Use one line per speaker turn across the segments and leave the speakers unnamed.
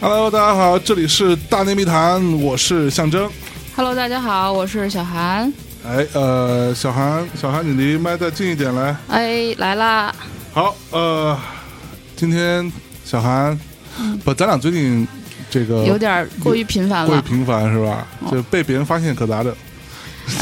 Hello，大家好，这里是大内密谈，我是象征。
Hello，大家好，我是小韩。
哎，呃，小韩，小韩，你离麦再近一点来。
哎，来啦！
好，呃，今天小韩，不，咱俩最近这个
嗯有点儿过于频繁
过于
了，
频繁是吧？
哦
就被别人发现可咋整？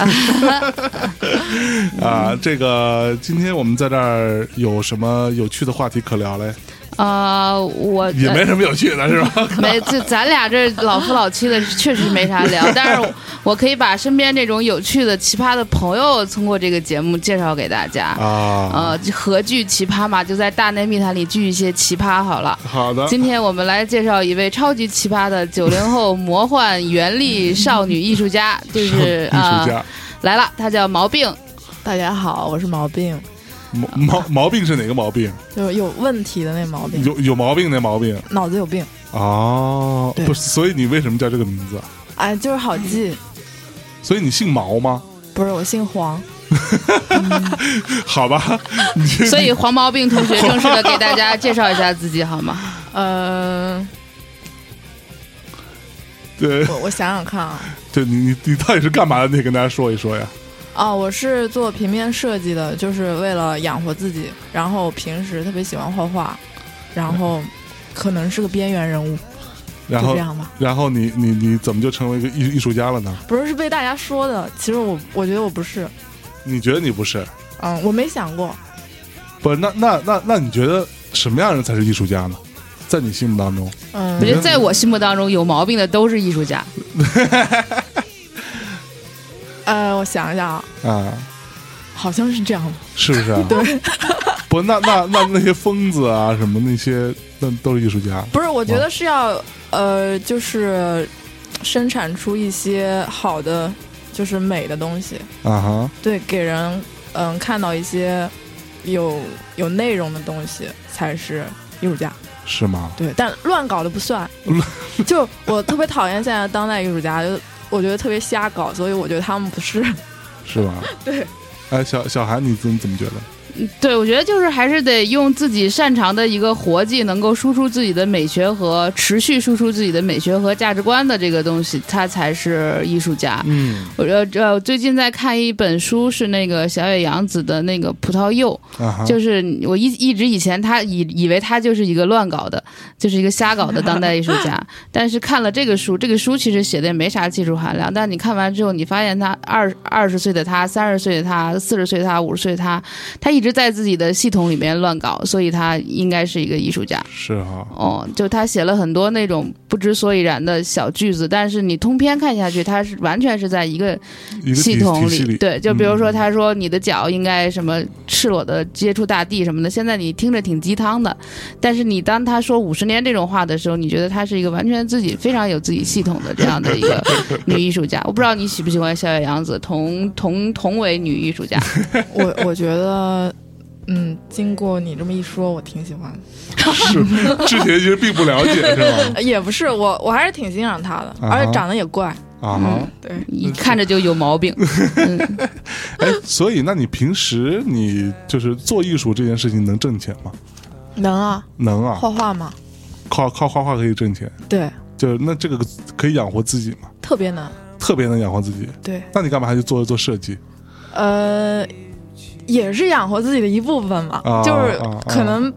啊，这个今天我们在这儿有什么有趣的话题可聊嘞？
呃，我
也没
呃
什么有趣的，是 吧？
没，就咱俩这老夫 老妻的，确实没啥聊。但是我我可以把身边这种有趣的、奇葩的朋友，通过这个节目介绍给大家。
啊，
呃，何惧奇葩嘛？就在大内密谈里聚一些奇葩好了。
好的，
今天我们来介绍一位超级奇葩的九零后魔幻原力少女艺术家，就
艺
是啊、
术家
来了，她叫毛病，
大家好，我是毛病，
毛毛毛病是哪个毛病？
就是有问题的那毛病，
有有毛病那毛病
脑子有病，
哦，
对
不是，所以你为什么叫这个名字啊？
哎，就是好
嗯
记。
所以你姓毛吗？
不是，我姓黄，
好 吧，
所以黄毛病同学正式的给大家介绍一下自己好吗？
呃，
对
我我想想看啊，
对，你你你到底是干嘛的？你得跟大家说一说呀。
啊，我是做平面设计的，就是为了养活自己，然后平时特别喜欢画画，然后可能是个边缘人物，
然
就
后
这样吧。
然后你你你怎么就成为一个艺艺术家了呢？
不是，是被大家说的，其实我我觉得我不是，
你觉得你不是？
嗯，我没想过，
不是，那那那那你觉得什么样的人才是艺术家呢？在你心目当中，
嗯
我，觉得在我心目当中有毛病的都是艺术家，
呃，我想一下啊，
啊，
好像是这样的。
是不是、啊？对，不，那那那那些疯子啊，什么那些，那都是艺术家。
不是，我觉得是要呃，就是生产出一些好的，就是美的东西，
啊哈，
对，给人嗯、看到一些有有内容的东西才是艺术家。
是吗？
对，但乱搞的不算。就我特别讨厌现在当代艺术家，就我觉得特别瞎搞，所以我觉得他们不是。
是 吧？
对。
哎，小小韩，你怎怎么觉得？
对我觉得就是还是得用自己擅长的一个活计，能够输出自己的美学和持续输出自己的美学和价值观的这个东西，它才是艺术家。
嗯
我呃呃，最近在看一本书，是那个小野洋子的那个《葡萄柚》，
啊哈，
就是我一一直以前他以以为他就是一个乱搞的，就是一个瞎搞的当代艺术家，但是看了这个书，这个书其实写的也没啥技术含量，但你看完之后，你发现他二二十岁的他、三十岁的他、四十岁的他、五十岁的他，他一直在自己的系统里面乱搞，所以他应该是一个艺术家。
是哈，
哦，就他写了很多那种不知所以然的小句子，但是你通篇看下去，他是完全是在一个
一个
系
体
统
体系里，
对，就比如说
嗯
他说你的脚应该什么赤裸的接触大地什么的，现在你听着挺鸡汤的，但是你当他说五十年这种话的时候，你觉得他是一个完全自己非常有自己系统的这样的一 个女艺术家。我不知道你喜不喜欢小野洋子，同同同为女艺术家，
我我觉得，嗯，经过你这么一说，我挺喜欢的。
嗯 是之前其实并不了解，是
呃也不是，我我还是挺欣赏他的，而
啊哈
且长得也怪。
吧？
嗯
啊哈，
对，
你看着就有毛 病。嗯，
哎，所以那你平时你就是做艺术这件事情能挣钱吗？
能啊，
能啊，
画画嘛，
靠靠画画可以挣钱，
对，
就是那这个可以养活自己嘛，
特别难。
特别能养活自己。
对，
那你干嘛还去做做设计？
呃，也是养活自己的一部分吧，
啊
就是
啊啊
可能、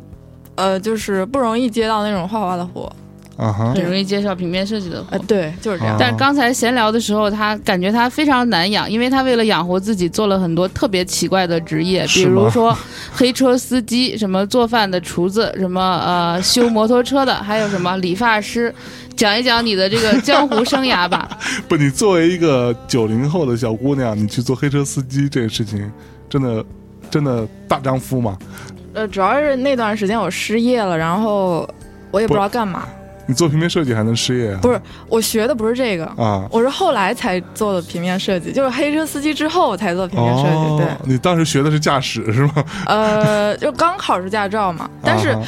呃，就是不容易接到那种画画的活，
啊哈，
很容易介绍平面设计的活
呃，对，就是这样。
啊
但是刚才闲聊的时候，他感觉他非常难养，因为他为了养活自己做了很多特别奇怪的职业，比
是吗
如说黑车司机、什么做饭的厨子、什么呃修摩托车的，还有什么理发师。讲一讲你的这个江湖生涯 吧。
不，你作为一个九零后的小姑娘，你去做黑车司机这件事情，真的真的大丈夫吗？
呃，主要是那段时间我失业了，然后我也不知道干嘛，
你做平面设计还能失业啊？
不是我学的不是这个。
啊，
我是后来才做的平面设计，就是黑车司机之后我才做平面设计。
哦哦，你当时学的是驾驶是吗？
对，呃，就刚考试驾照嘛。但是
啊哈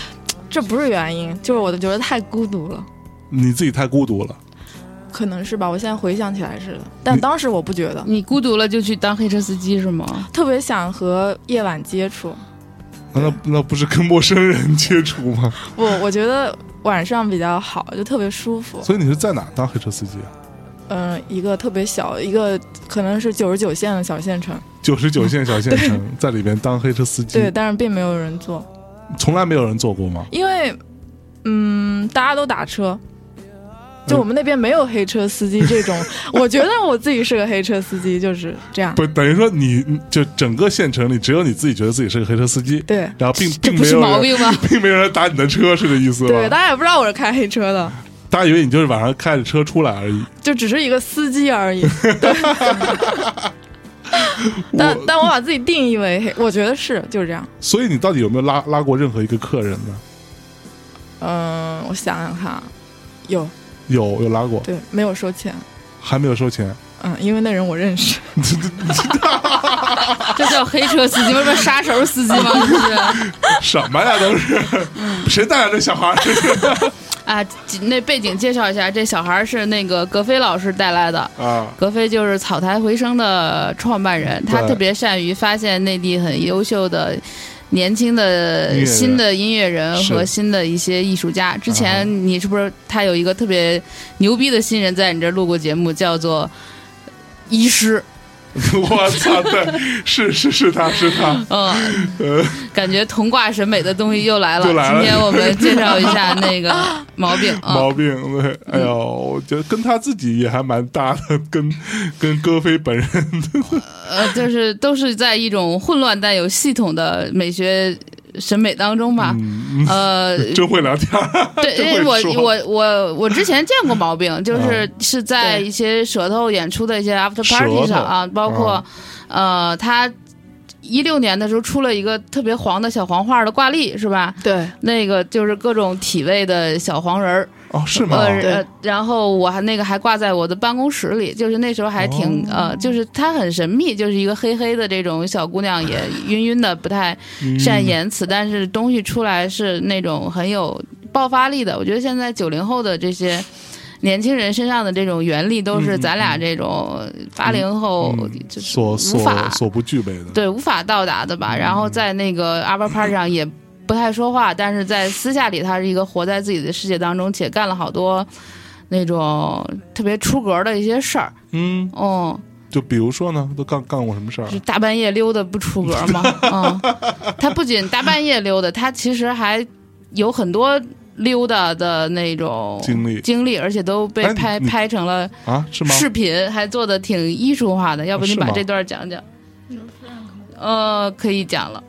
这不是原因，就是我觉得太孤独了，
你自己太孤独了。
可能是吧。我现在回想起来是的，但当时我不觉得，
你孤独了就去当黑车司机是吗？
特别想和夜晚接触。
那那那不是跟陌生人 接触吗？
不，我觉得晚上比较好，就特别舒服。
所以你是在哪当黑车司机啊？
嗯、一个特别小，一个可能是九十九线的小县城，
九十九线小县城，在里边当黑车司
对，
机，
但是并没有人坐，
从来没有人做过吗？
因为嗯，大家都打车。就我们那边没有黑车司机这种，我觉得我自己是个黑车司机，就是这样。
不，等于说你就整个县城里只有你自己觉得自己是个黑车司机，
对
然后并
这
并
不
没
是
有
毛
人
病 吗？
并没有人打你的车，是这意思
对，
吗？
大家也不知道我是开黑车的，
大家以为你就是晚上开着车出来而已。
就只是一个司机而已。但
我
但我把自己定义为黑，我觉得是就是这样。
所以你到底有没有拉拉过任何一个客人呢？
嗯，我想想看啊，有
有有拉过，
对没有收钱？
还没有收钱。
嗯，因为那人我认识。
这叫黑车司机，不是杀手司机吗？是不是？
什么呀，都是谁带来这小孩儿？
啊，那背景介绍一下，这小孩是那个格飞老师带来的。
啊，
格飞就是草台回声的创办人，他
对
特别善于发现内地很优秀的。年轻的
音乐人
新的音乐人
是
和新的一些艺术家，之
啊
前你是不是他有一个特别牛逼的新人在你这录过节目，叫做医师，
我操！对，是是是他是他，
嗯，
呃，
感觉同挂审美的东西又来 了。
又来了
今天我们介绍一下那个 毛病啊，
毛病对，哎呦，我觉得跟他自己也还蛮搭的，跟跟戈飞本人
呃，就是都是在一种混乱但有系统的美学审美当中吧。呃，
真会聊天儿，
对，因
真
为
会
我
说啊
我我我之前见过毛病， 就是是在一些舌头演出的一些 after
舌
party 上
头
啊，包括呃，他一六年的时候出了一个特别黄的小黄画的挂历，是吧？
对，
那个就是各种体位的小黄人儿，
哦，是吗？
呃
对
呃，然后我还那个还挂在我的办公室里，就是那时候还挺、
哦
呃，就是她很神秘，就是一个黑黑的这种小姑娘，也晕晕的，不太
嗯
善言辞，但是东西出来是那种很有爆发力的。我觉得现在九零后的这些。年轻人身上的这种原力，都是
嗯嗯
咱俩这种八零后
嗯
就是
所
无法
所所不具备的，
对无法到达的吧。然后
嗯
在那个 upper part 上也不太说话，但是在私下里他是一个活在自己的世界当中，且干了好多那种特别出格的一些事儿。
嗯，
嗯，
就比如说呢，都干干过什么事儿
就？是大半夜溜达不出格 吗？嗯，他不仅大半夜溜达，他其实还有很多溜达的那种
经历
经历，而且都被
哎
拍
你
拍成了
啊？是吗？啊
视频，还做的挺艺术化的。要不你
是吗
把这段讲讲？呃，可以 讲了。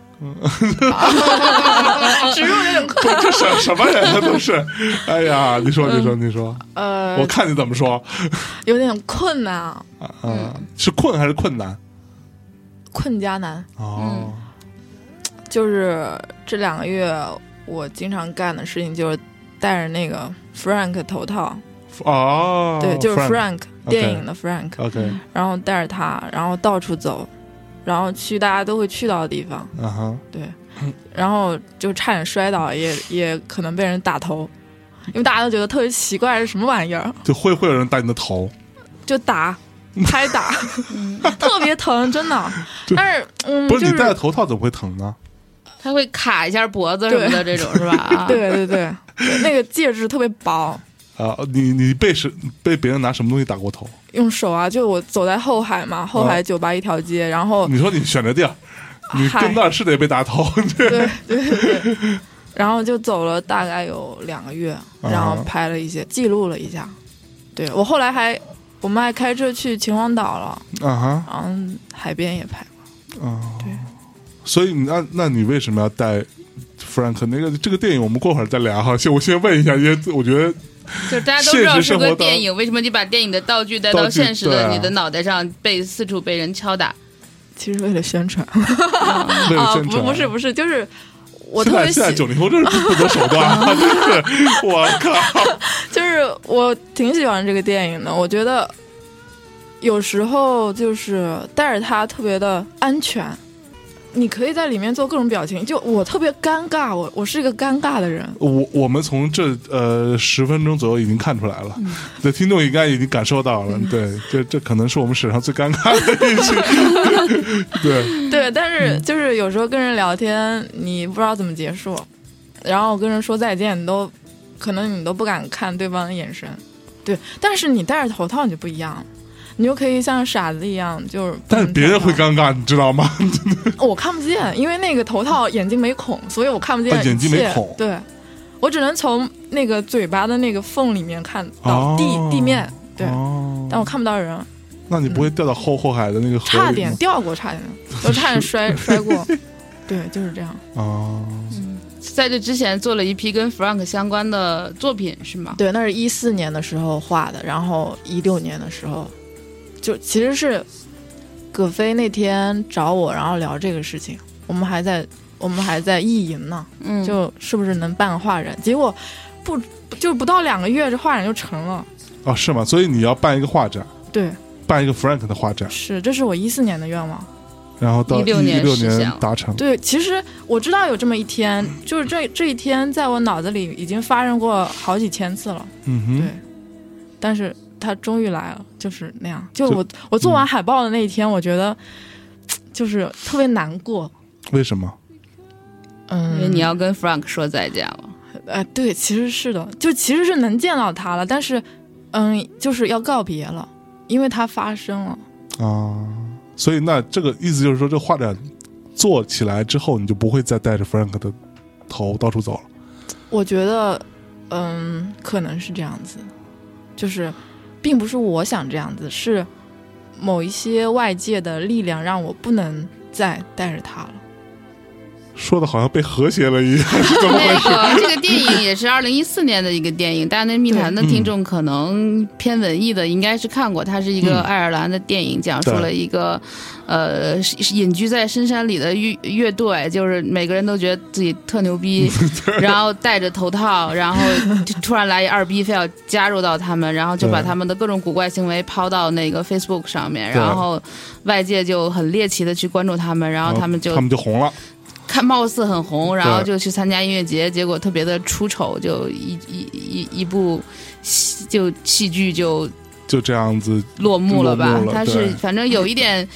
植入那种
不这什什么人啊都是，哎呀，你说你说你说，
呃
我看你怎么说
有点困难啊，
啊？啊是困还是困难？
困加难。
哦，
就是这两个月我经常干的事情就是戴着那个 Frank 头套，
哦，
对，就是 Frank
OK
电影的 Frank，
OK，
然后戴着它，然后到处走，然后去大家都会去到的地方，
啊哈，
对，然后就差点摔倒，也也可能被人打头，因为大家都觉得特别奇怪是什么玩意儿，
就会会有人打你的头，
就打。拍打， 特别疼，真的。
对
但是，嗯，
不是
就
你戴着
是
头套怎么会疼呢？
他会卡一下脖子什么的，这种是吧？啊，
对对对，对那个戒指特别薄，
啊，你你被谁被别人拿什么东西打过头？
用手啊，就我走在后海
啊
嘛，后海酒吧一条街，然后
你说你选的地儿，你
哦嗨
跟那儿是得被打头，
对对对对，然后就走了大概有两个
啊
月，然后拍了一些，记录了一下。对我后来还，我们还开车去秦皇岛了，
啊
然后海边也拍过。
哈啊
对，
所以你那那你为什么要带 Frank 那个这个电影？我们过会儿再聊哈。先我先问一下，因为我觉得
啊就是大家都知道
现
是
实生活
个
当
电影，为什么你把电影的道具带到
道具
现实
对
的
啊
你的脑袋上，被四处被人敲打？
其实为了宣传
为了
啊，
宣
不
传，
不是不是，就是我
现
特
在
别喜
现，在九零后真是不择手段， 真是我靠！
就是我挺喜欢这个电影的，我觉得有时候就是带着它特别的安全。你可以在里面做各种表情。就我特别尴尬，我我是一个尴尬的人，
我我们从这呃十分钟左右已经看出来了，
嗯
那、听众应该已经感受到了，对，这这可能是我们史上最尴尬的一期， 对，
对，但是就是有时候跟人聊天，你不知道怎么结束，然后跟人说再见，你都可能你都不敢看对方的眼神，对。但是你戴着头套你就不一样了，你就可以像傻子一样，就是
但是别人会尴尬，你知道吗？
哦我看不见，因为那个头套眼睛没孔，所以我看不见
啊
一切、
眼睛没孔
对，我只能从那个嘴巴的那个缝里面看
哦
到地、地面，对，
哦，
但我看不到人，
那你不会掉到后后海的那个河里吗
差点掉过，差点，都差 点摔摔过。对，就是这样。
啊？
嗯在这之前做了一批跟 Frank 相关的作品是吗？
对，那是一四年的时候画的，然后一六年的时候，就其实是葛飞那天找我，然后聊这个事情，我们还在我们还在意淫呢，
嗯，
就是不是能办个画展？结果不就不到两个月，这画展就成了。
哦，是吗？所以你要办一个画展，
对，
办一个 Frank 的画展，
是这是我一四年的愿望。
然后到一
16年
六
实现
年
了
达成。
对，其实我知道有这么一天，就是这这一天在我脑子里已经发生过好几千次了，
嗯哼
对，但是它终于来了，就是那样。就
就
我我做完海报的那一天，我觉得嘖就是特别难过。
为什么？
嗯，
因为你要跟 Frank 说再见了。
哎，对，其实是的，就其实是能见到他了，但是，嗯，就是要告别了，因为它发生了。
啊，所以那这个意思就是说，这画展做起来之后，你就不会再带着 Frank 的头到处走了。
我觉得，嗯，可能是这样子，就是，并不是我想这样子，是某一些外界的力量让我不能再带着他了。
说的好像被和谐了一样，
那个这个电影
嗯
也是二零一四年的一个电影，大内密谈的
对
听众可能偏文艺的应该是看过，它是一个
嗯
爱尔兰的电影，讲述
对
了一个呃是是隐居在深山里的乐乐队，就是每个人都觉得自己特 牛逼，然后戴着头套，然后就突然来一二逼非要加入到他们，然后就把
对
他们的各种古怪行为抛到那个 Facebook 上面，
对
然后外界就很猎奇的去关注他们，然后他们就
他们就红了。
看貌似很红，然后
对
就去参加音乐节，结果特别的出丑，就一一一一部戏就戏剧就
就这样子，
落幕了吧
落幕？了
它是
对嗯
反正有一点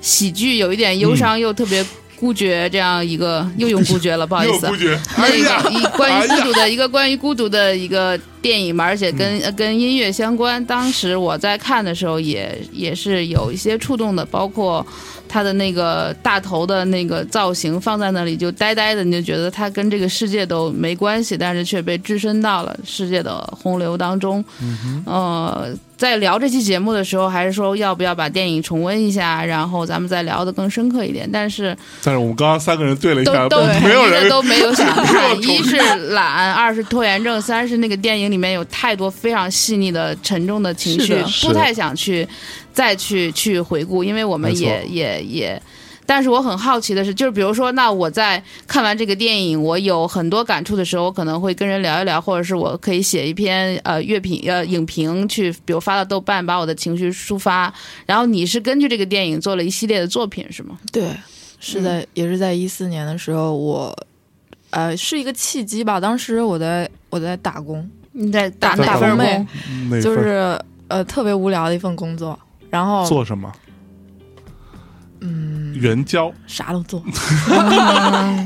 喜剧，有一点忧伤，又特别孤绝这样一个，又用孤绝了，不好意
又
思啊
不。觉，
那
哎呀
个，一关于孤独的一个关于孤独的一个电影嘛，而且
嗯
跟、呃跟音乐相关。当时我在看的时候也也是有一些触动的，包括他的那个大头的那个造型放在那里就呆呆的，你就觉得他跟这个世界都没关系，但是却被置身到了世界的洪流当中。
嗯
呃，在聊这期节目的时候，还是说要不要把电影重温一下，然后咱们再聊得更深刻一点。但是
但是我们刚刚三个人对了一
都
下，
都
没有
同意的
人
都 没有想
没有
看，
同意
一是懒，二是拖延症，三是那个电影里面有太多非常细腻的沉重的情
是
绪
的，
是
不太想去再去去回顾，因为我们
没错
也也也。但是我很好奇的是，就是比如说，那我在看完这个电影，我有很多感触的时候，我可能会跟人聊一聊，或者是我可以写一篇呃乐评呃影评去，比如发到豆瓣，把我的情绪抒发。然后你是根据这个电影做了一系列的作品，是吗？
对，是在、也是在一四年的时候，我呃是一个契机吧。当时我在我在打工，
你在打
在
哪
打
份
工
工？
哪份
就是呃特别无聊的一份工作，然
哦
后
做什么？嗯，援交，
啥 都做，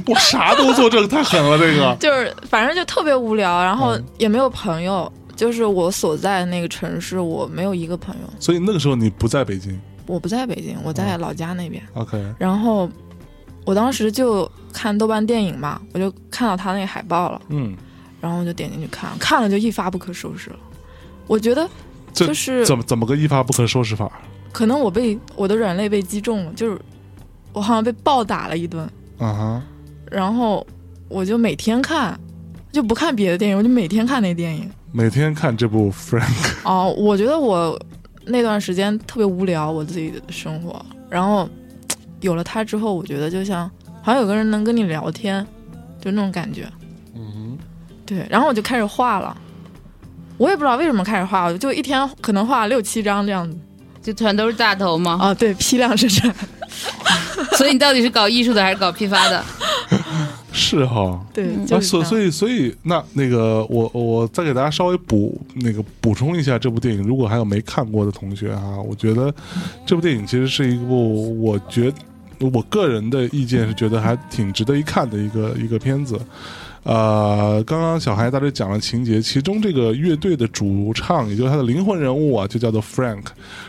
我啥都做，这个太狠了，这个
就是反正就特别无聊，然后
嗯
也没有朋友。就是我所在的那个城市，我没有一个朋友。
所以那个时候你不在北京
我不在北京，我
哦
在老家那边。
，OK，
然后我当时就看豆瓣电影嘛，我就看到他那个海报了，
嗯，
然后我就点进去看，看了就一发不可收拾了。我觉得
这
就是
怎么怎么个一发不可收拾法
可能我被我的软肋被击中了，就是我好像被暴打了一顿，
啊哈？
然后我就每天看，就不看别的电影，我就每天看那电影。
每天看这部 Frank，
哦，我觉得我那段时间特别无聊，我自己的生活。然后有了他之后，我觉得就像好像有个人能跟你聊天，就那种感觉。
嗯，
对，然后我就开始画了，我也不知道为什么开始画，我就一天可能画六七张这样 子。哦
就全都是大头吗？
啊，对，批量生产。
所以你到底是搞艺术的还是搞批发的？
是哈。
对，
啊，
就是这
所
样
所以所以那那个我我再给大家稍微补那个补充一下这部电影，如果还有没看过的同学啊，我觉得这部电影其实是一部我觉我个人的意见是觉得还挺值得一看的一个一个片子。呃，刚刚小孩大致讲了情节，其中这个乐队的主唱，也就是他的灵魂人物啊，就叫做 Frank，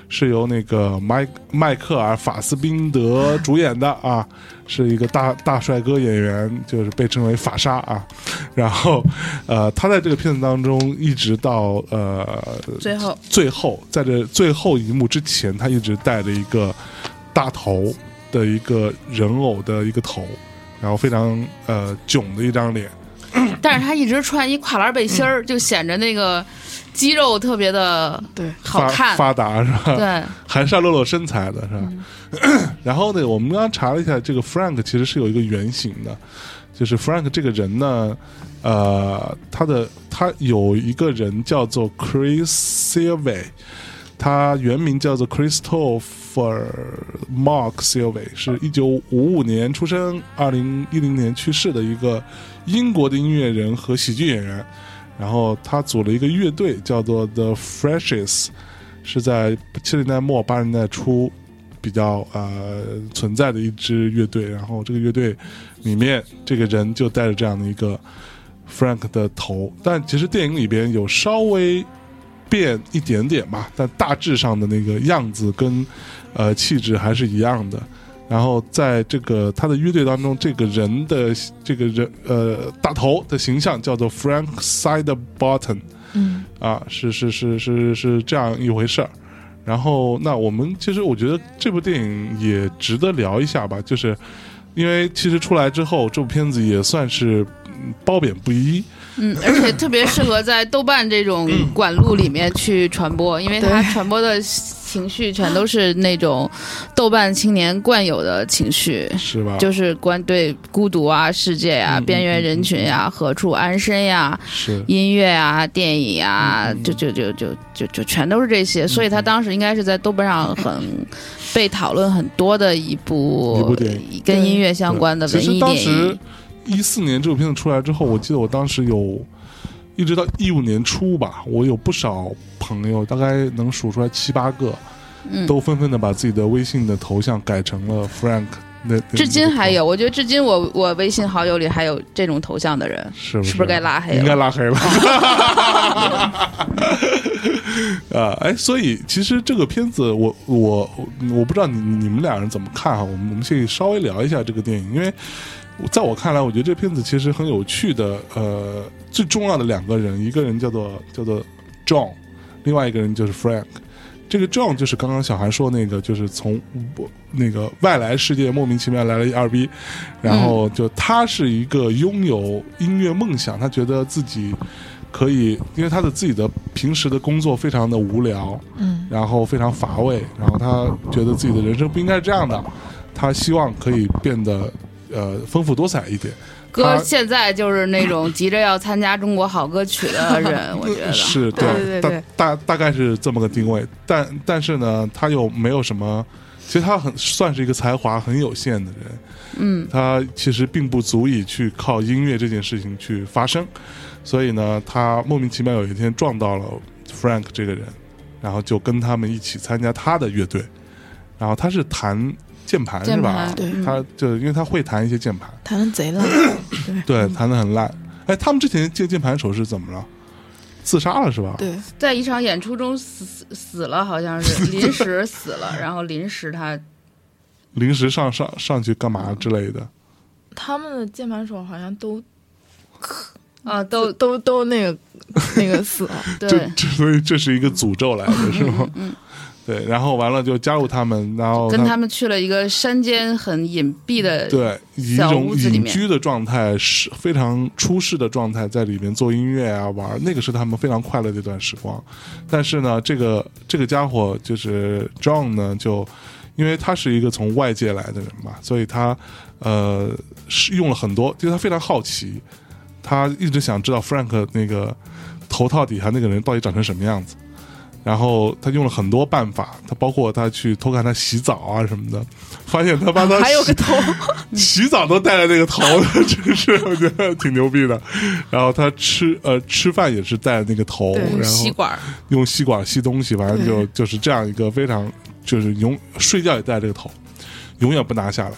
是由那个麦迈克尔·法斯宾德主演的啊， 是一个大大帅哥演员，就是被称为法沙啊。 然后，呃，他在这个片子当中一直到呃
最
啊
后
最后，在这最后一幕之前，他一直戴着一个大头的一个人偶的一个头，然后非常呃囧的一张脸。
但是他一直穿一跨栏背心儿，就显着那个肌肉特别的
对
好看。
发发达是吧？
对，
还是要露露身材的是吧？ 然后呢，我们刚刚查了一下，这个 Frank 其实是有一个原型的，就是 Frank 这个人呢，呃，他的他有一个人叫做 Chris Silvey，他原名叫做 Christopher Mark Silvey，是一九五五年出生，二零一零年去世的一个英国的音乐人和喜剧演员。然后他组了一个乐队，叫做 The Freshes，是在七十年代末八十年代初比较呃存在的一支乐队。然后这个乐队里面，这个人就带着这样的一个 Frank 的头，但其实电影里边有稍微变一点点吧，但大致上的那个样子跟呃气质还是一样的。然后在这个他的乐队当中，这个人的这个人呃大头的形象叫做 Frank Sidebottom，
嗯，
啊，是是是是是这样一回事儿。然后，那我们其实我觉得这部电影也值得聊一下吧，就是因为其实出来之后，这部片子也算是嗯褒贬不一。
嗯， 而且特别适合在豆瓣这种
嗯
管路里面去传播，因为它传播的情绪全都是那种豆瓣青年惯有的情绪，
是吧？
就是关对孤独啊、世界呀、
啊嗯嗯
边缘人群呀、何处安身呀、
是
音乐啊、电影啊
嗯嗯，嗯
就就就就就就全都是这些，所以他当时应该是在豆瓣上很被讨论很多的一部
一部电
跟音乐相关的
对
文
其实
艺
当
电影
时。一四年这部片子出来之后，我记得我当时有，一直到一五年初吧，我有不少朋友，大概能数出来七八个，
嗯
都纷纷的把自己的微信的头像改成了 Frank 那。那
至今
那个
还
头
有，我觉得至今我我微信好友里还有这种头像的人，
是不
是不是该拉黑了
应该拉黑了。啊，哎，所以其实这个片子我，我我不知道你你们俩人怎么看啊？我们我们先稍微聊一下这个电影，因为在我看来，我觉得这片子其实很有趣的。呃，最重要的两个人，一个人叫做叫做 John，另外一个人就是 Frank。这个 John 就是刚刚小韩说那个，就是从我那个外来世界莫名其妙来了一二逼，然后就他是一个拥有音乐梦想，他觉得自己可以，因为他的自己的平时的工作非常的无聊，
嗯，
然后非常乏味，然后他觉得自己的人生不应该是这样的，他希望可以变得呃丰富多彩一点。
哥
他
现在就是那种急着要参加中国好歌曲的 人，我觉得
呃是
对对对
大大大概是这么个定位，但但是呢，他又没有什么，其实他很算是一个才华很有限的人，
嗯，
他其实并不足以去靠音乐这件事情去发声，所以呢，他莫名其妙有一天撞到了 Frank 这个人，然后就跟他们一起参加他的乐队，然后他是弹键盘
键
是
盘
吧？
对
嗯
他就因为他会弹一些键盘，
谈的 贼烂，
对，弹的很烂。哎，他们之前键键盘手是怎么了？自杀了是吧？
对，
在一场演出中死死死了，好像是临时死了， 然后临时他
临时上上上去干嘛之类的。
他们的键盘手好像都
啊都
都都那个那个死 了，
这
对，嗯
这所以这是一个诅咒来的，是吗？对，然后完了就加入他们，然后
跟他们去了一个山间很隐蔽的，
对以一
小
种
屋子里
隐
面
居的状态，是非常舒适的状态，在里面做音乐啊玩儿，那个是他们非常快乐的一段时光。但是呢，这个这个家伙就是 John 呢，就因为他是一个从外界来的人嘛，所以他呃是用了很多，就是他非常好奇，他一直想知道 Frank 那个头套底下那个人到底长成什么样子。然后他用了很多办法，他包括他去偷看他洗澡啊什么的，发现他把 他
还有
洗
个
啊
头，
洗澡都带着那个头， 真是我觉得挺牛逼的。然后他吃呃吃饭也是带着那个头，
对
然后
吸管儿，
用吸管吸东西，反正就就是这样一个非常就是永睡觉也戴这个头，永远不拿下来。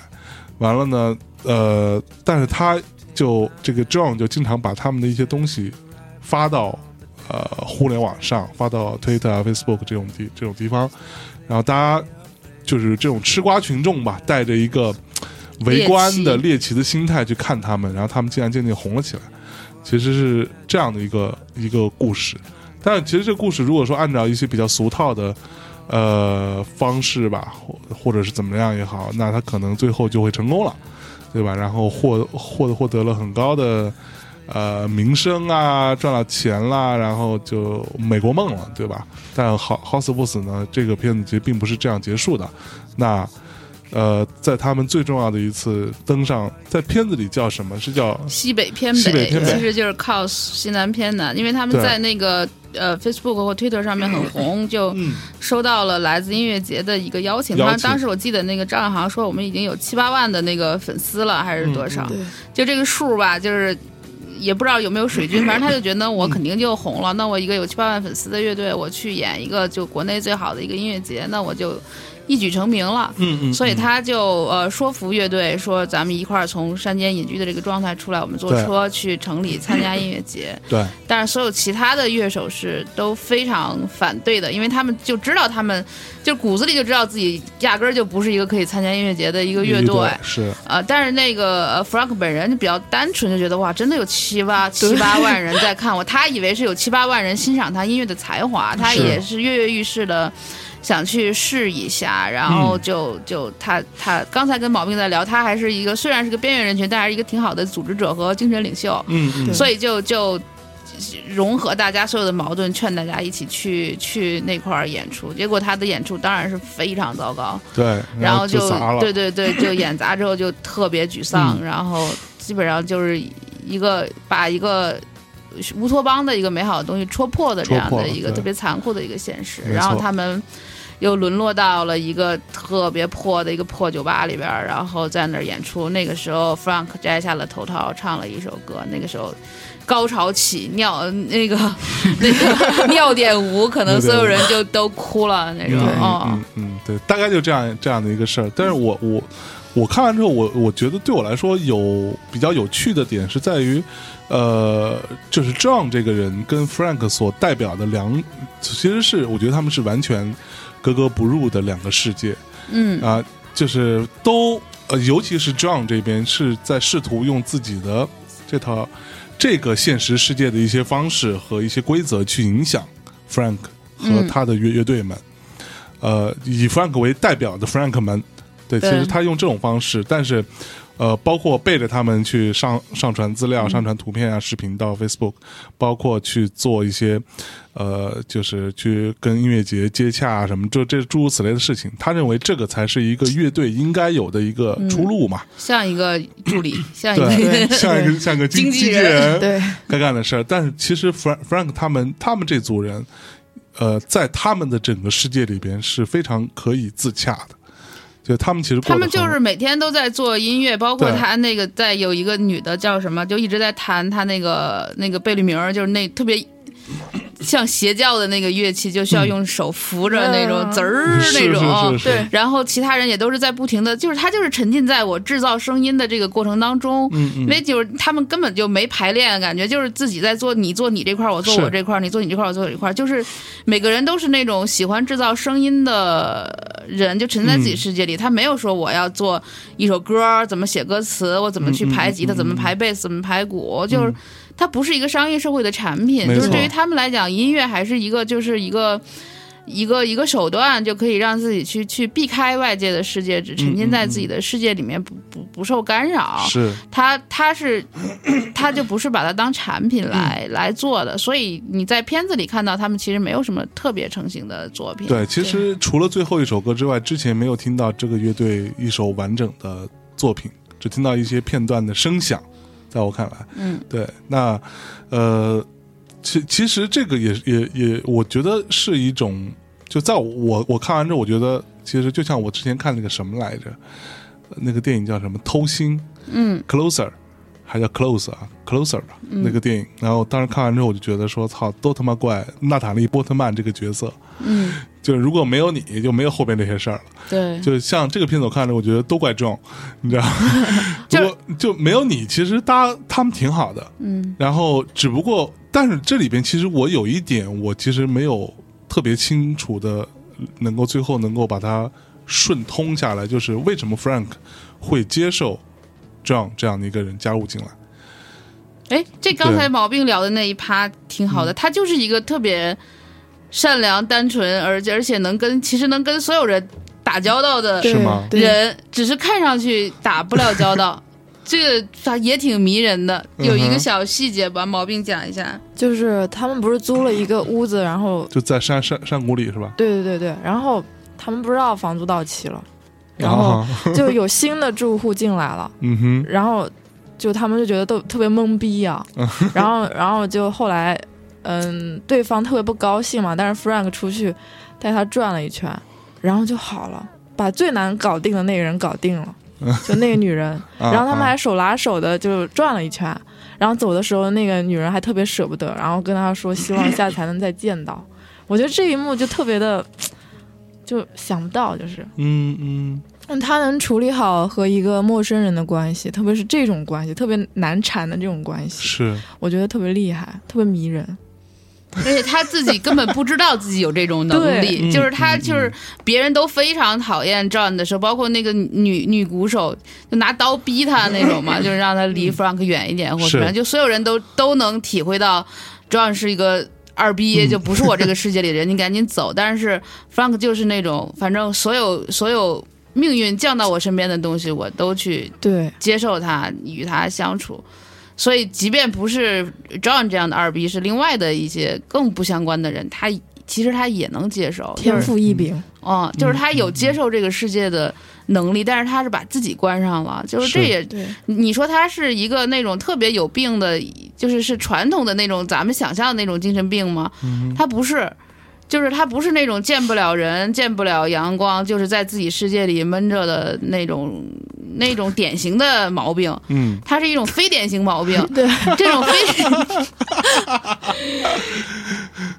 完了呢，呃，但是他就这个 John 就经常把他们的一些东西发到呃互联网上，发到 Twitter 啊、Facebook 这种地这种地方，然后大家就是这种吃瓜群众吧，带着一个围观的猎奇的心态去看他们，然后他们竟然渐渐红了起来。其实是这样的一个一个故事，但是其实这故事如果说按照一些比较俗套的呃方式吧，或或者是怎么样也好，那他可能最后就会成功了，对吧？然后获获获得了很高的呃名声啊，赚了钱啦，然后就美国梦了，对吧？但好 House b o s s 呢，这个片子其实并不是这样结束的。那呃，在他们最重要的一次登上，在片子里叫什么？是叫
西北偏
西北偏北
其实就是靠西南偏南，因为他们
对嗯
在那个呃 Facebook 或 Twitter 上面很红，就收到了来自音乐节的一个邀请。
邀
当
请
当时我记得那个张远航说，我们已经有七八万的那个粉丝了，还
嗯
是多少？
对，
就这个数吧，就是也不知道有没有水军，反正他就觉得我肯定就红了。那我一个有七八万粉丝的乐队，我去演一个就国内最好的一个音乐节，那我就一举成名了。
嗯嗯
所以他就呃说服乐队说，咱们一块儿从山间隐居的这个状态出来，我们坐
对
车去城里参加音乐节。
对
但是所有其他的乐手是都非常反对的，因为他们就知道他们就骨子里就知道自己压根儿就不是一个可以参加音乐节的一个乐队。
是
呃，但是那个呃 Frank 本人就比较单纯，就觉得哇，真的有七八七八万人在看我， 他以为是有七八万人欣赏他音乐的才华，他
是
也是跃跃欲试的。想去试一下，然后
嗯
就、就他他刚才跟毛病在聊，他还是一个虽然是个边缘人群，但还是一个挺好的组织者和精神领袖，
嗯嗯
对
所以就就融合大家所有的矛盾，劝大家一起去去那块儿演出。结果他的演出当然是非常糟糕，
对，
然后
就
就
砸了，
对对对，就演砸之后就特别沮丧，
嗯
然后基本上就是一个把一个乌托邦的一个美好的东西戳破的这样
戳破
的
了
一个
对
特别残酷的一个现实，
没错
然后他们。又沦落到了一个特别破的一个破酒吧里边儿，然后在那儿演出。那个时候，Frank 摘下了头套，唱了一首歌。那个时候，高潮起尿，呃那个 那个 尿点舞，可能所有人就都哭了那种。
嗯
哦，
嗯嗯，对，大概就这样这样的一个事儿。但是我我我看完之后，我我觉得对我来说有比较有趣的点是在于，呃，就是 John 这个人跟 Frank 所代表的两，其实是我觉得他们是完全格格不入的两个世界
嗯
啊、就是都呃，尤其是 John 这边是在试图用自己的这套这个现实世界的一些方式和一些规则去影响 Frank 和
嗯
他的乐乐队们。呃，以 Frank 为代表的 Frank 们，对，其
对
实他用这种方式，但是，呃，包括背着他们去上上传资
嗯
料、上传图片啊、视频到 Facebook，包括去做一些，呃，就是去跟音乐节接洽啊什么，就这诸如此类的事情。他认为这个才是一个乐队应该有的一个
嗯
出路嘛，
像一个助 理，像一
对，
个
像一 个像个经
哎经纪
纪
人
人，
对，
该干的事儿。但是其实 Frank Frank 他们他们这组人，呃，在他们的整个世界里边是非常可以自洽的，就他们其实过得
他们就
很好
是每天都在做音乐，包括
对
他那个在有一个女的叫什么，就一直在弹他那个那个贝律铭儿，就是那特别。像邪教的那个乐器，就需要用手扶着那种
嗯
滋儿
嗯是哦
那种，哦
是是是
对，
然后其他人也都是在不停的，就是他就是沉浸在我制造声音的这个过程当中，
嗯
因
嗯，
为就是他们根本就没排练，感觉就是自己在做，你做你这块儿，我做
是
我这块儿，你做你这块儿，我做我这块儿，就是每个人都是那种喜欢制造声音的人，就沉浸在
嗯
自己世界里。他没有说我要做一首歌儿，怎么写歌词，我怎么
嗯
去排吉他，怎么排贝斯，怎么排鼓，就是它不是一个商业社会的产品，
没
就
错
是对于他们来讲，音乐还是一个就是一个。一个一个手段就可以让自己去去避开外界的世界，只沉浸在自己的世界里面，不不不受干扰。
嗯是
他他是 他就不是把它当产品
嗯
来、来做的，所以你在片子里看到他们其实没有什么特别成型的作品。
对。其实除了最后一首歌之外，之前没有听到这个乐队一首完整的作品，只听到一些片段的声响。在我看来，
嗯，
对，那呃，其其实这个也也也，我觉得是一种，就在我我看完之后，我觉得其实就像我之前看那个什么来着，那个电影叫什么《偷心
嗯》
（Closer），还叫 Close 啊，Closer 吧，那个电影。然后当时看完之后，我就觉得说，操，多他妈怪娜塔莉波特曼这个角色，
嗯，
就是如果没有你，就没有后边这些事儿了。
对，
就像这个片子我看着，我觉得都怪重，你知 道吗？
就
如果就没有你，其实大家他们挺好的。
嗯
然后只不过，但是这里边其实我有一点，我其实没有特别清楚的，能够最后能够把它顺通下来，就是为什么 Frank 会接受 John 这样的一个人加入进来。
哎，这刚才毛病聊的那一趴挺好
嗯
的，他就是一个特别善良、单纯，而且而且能跟其实能跟所有人打交道的
是吗
对
人，只是看上去打不了 交道，这个他也挺迷人的。有一
嗯
个
哼
小细节，把毛病讲一下。
就是他们不是租了一个屋子，然后
就在山山山谷里是吧？
对对对对，然后他们不知道房租到期了，然后
啊
就有新的住户进来了，
嗯哼，
然后就他们就觉得都特别懵逼啊，然后然后就后来嗯，对方特别不高兴嘛，但是 Frank 出去带他转了一圈，然后就好了，把最难搞定的那个人搞定了，就那个女人，
啊
然后他们
啊
还手拉手的就转了一圈，然后走的时候那个女人还特别舍不得，然后跟他说希望下次还能再见到。 我觉得这一幕就特别的，就想不到，就是
嗯嗯
嗯他能处理好和一个陌生人的关系，特别是这种关系特别难缠的这种关系，
是
我觉得特别厉害，特别迷人。
而且他自己根本不知道自己有这种能力，
对
就是他
嗯嗯
就是别人都非常讨厌 John 的时候，包括那个女女鼓手，就拿刀逼他那种嘛，就是让他离 Frank 远一点，或者
是
怎么样，就所有人都都能体会到 John 是一个。二逼
嗯
就不是我 这个世界里的人，你赶紧走。但是 Frank 就是那种，反正所有所有命运降到我身边的东西，我都去
对
接受他，与他相处。所以，即便不是 John 这样的二逼，是另外的一些更不相关的人，他其实他也能接受，
天赋异禀，
嗯，就是他有接受这个世界的能力，但是他是把自己关上了，就是这
是
也
对
你说他是一个那种特别有病的，就是是传统的那种咱们想象的那种精神病吗？他不是，就是他不是那种见不了人、见不了阳光，就是在自己世界里闷着的那种那种典型的毛病。
嗯，
它是一种非典型毛 病，
对，
这种非，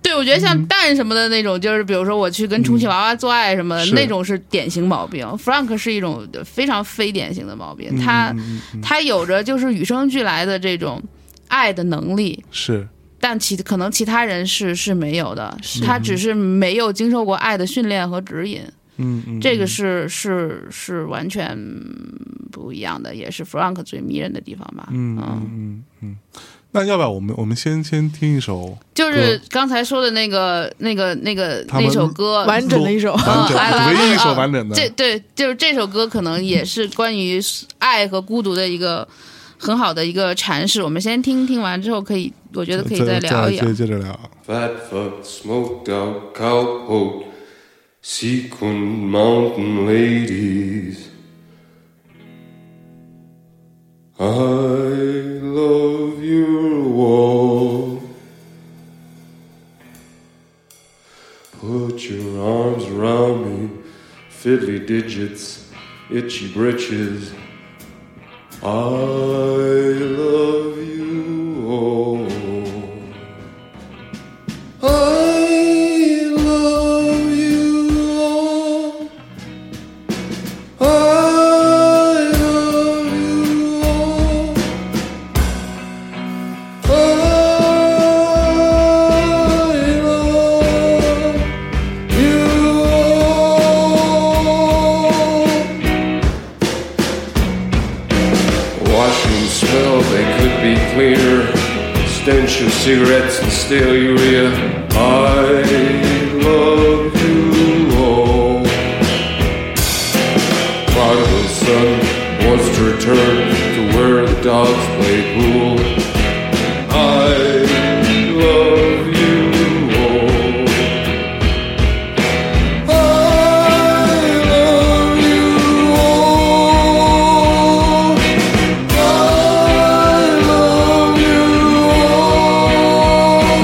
对我觉得像蛋什么的那种，就是比如说我去跟充气娃娃做爱什么的、
是
那种是典型毛病，Frank 是一种非常非典型的毛病，他
嗯嗯嗯嗯
他有着就是与生俱来的这种爱的能力，
是
但其可能其他人是是没有的，他只是没有经受过爱的训练和指引，
嗯嗯，
这个
嗯
是是是完全不一样的，也是 Frank 最迷人的地方吧，
嗯嗯嗯嗯，那要不要我们我们先先听一首
就是刚才说的那个、那个、那个
他们
那首歌，
完整的一首。
完整、
来来来
唯一一首
啊
完整的，
这对，就是这首歌可能也是关于爱和孤独的一个很好的一个阐释。我们先听听完之后，可以，我觉得可以
再
聊一聊
接。接着聊。
Fat fuck, smoked out cowpoke, sequined mountain ladies. I love your wall. Put your arms around me, fiddly digits, itchy britches. I love you all. I love you all. I love you all. I love you all. Washroom smell, they could be cleaner. Stench of cigarettes and stale urea. I love you all. Prodigal son wants to return to where the dogs play pool. I love you all. I love you all. I love you all.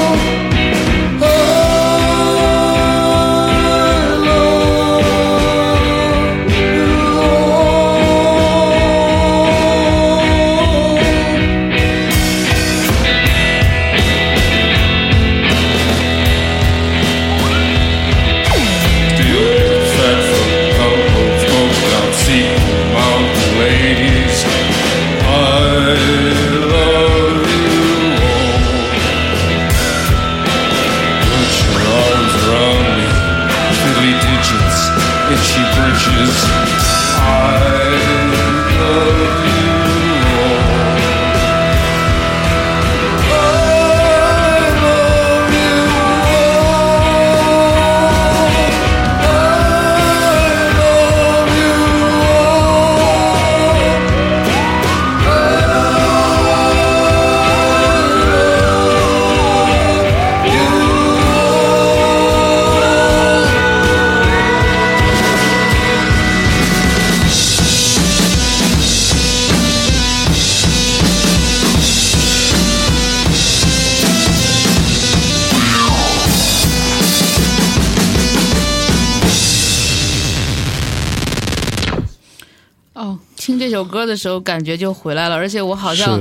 itchy britches. I love you all. I love you all. I love you all.
哦，听这首歌的时候感觉就回来了，而且我好像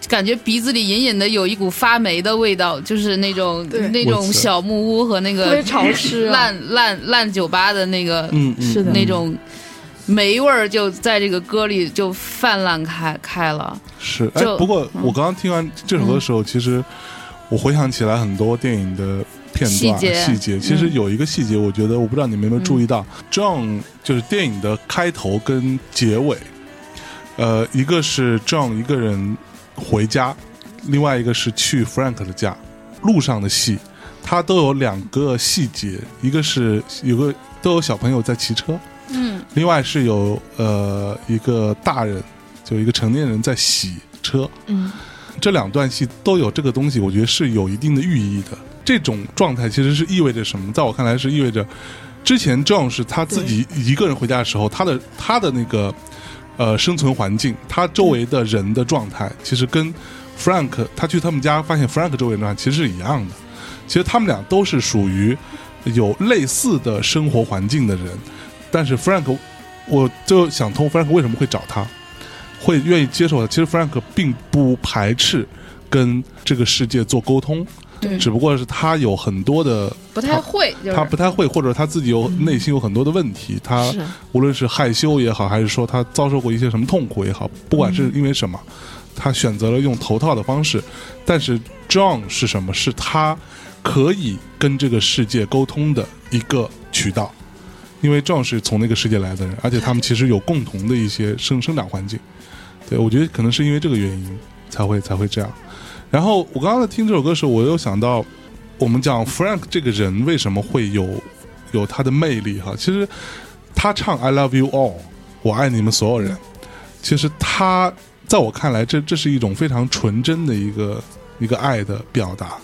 是
感觉鼻子里隐隐的有一股发霉的味道，就是那种
对
那
我
种
操
小木屋和那
特
个
别潮湿、啊，
烂烂烂酒吧的那个
嗯，嗯
是的
那种霉味儿就在这个歌里就泛滥开开了。
是，哎
就，嗯
不过我刚刚听完这首歌的时候，其实我回想起来很多电影的片
细
段
节嗯
细节。其实有一个细节，我觉得我不知道你们有没有注意到，John 就是电影的开头跟结尾，呃，一个是 John 一个人回家，另外一个是去 Frank 的家，路上的戏，它都有两个细节，一个是有个都有小朋友在骑车，
嗯，
另外是有呃一个大人，就一个成年人在洗车，
嗯，
这两段戏都有这个东西，我觉得是有一定的寓意的。这种状态其实是意味着什么？在我看来是意味着，之前 John 是他自己一个人回家的时候，他的他的那个呃生存环境，他周围的人的状态，其实跟 Frank 他去他们家发现 Frank 周围的状态其实是一样的。其实他们俩都是属于有类似的生活环境的人，但是 Frank，我就想通 Frank 为什么会找他，会愿意接受他。其实 Frank 并不排斥跟这个世界做沟通，
对
只不过是他有很多的，
不太会，就是
他不太会，或者他自己有内心有很多的问题，他
是
无论是害羞也好，还是说他遭受过一些什么痛苦也好，不管是因为什么，
嗯
他选择了用头套的方式。但是 John 是什么？是他可以跟这个世界沟通的一个渠道，因为 John 是从那个世界来的人，而且他们其实有共同的一些生生长环境。对，我觉得可能是因为这个原因才会才会这样。然后我刚刚在听这首歌的时候，我又想到，我们讲 Frank 这个人为什么会有有他的魅力哈？其实他唱 "I love you all"，我爱你们所有人，其实他在我看来，这这是一种非常纯真的一个一个爱的表达。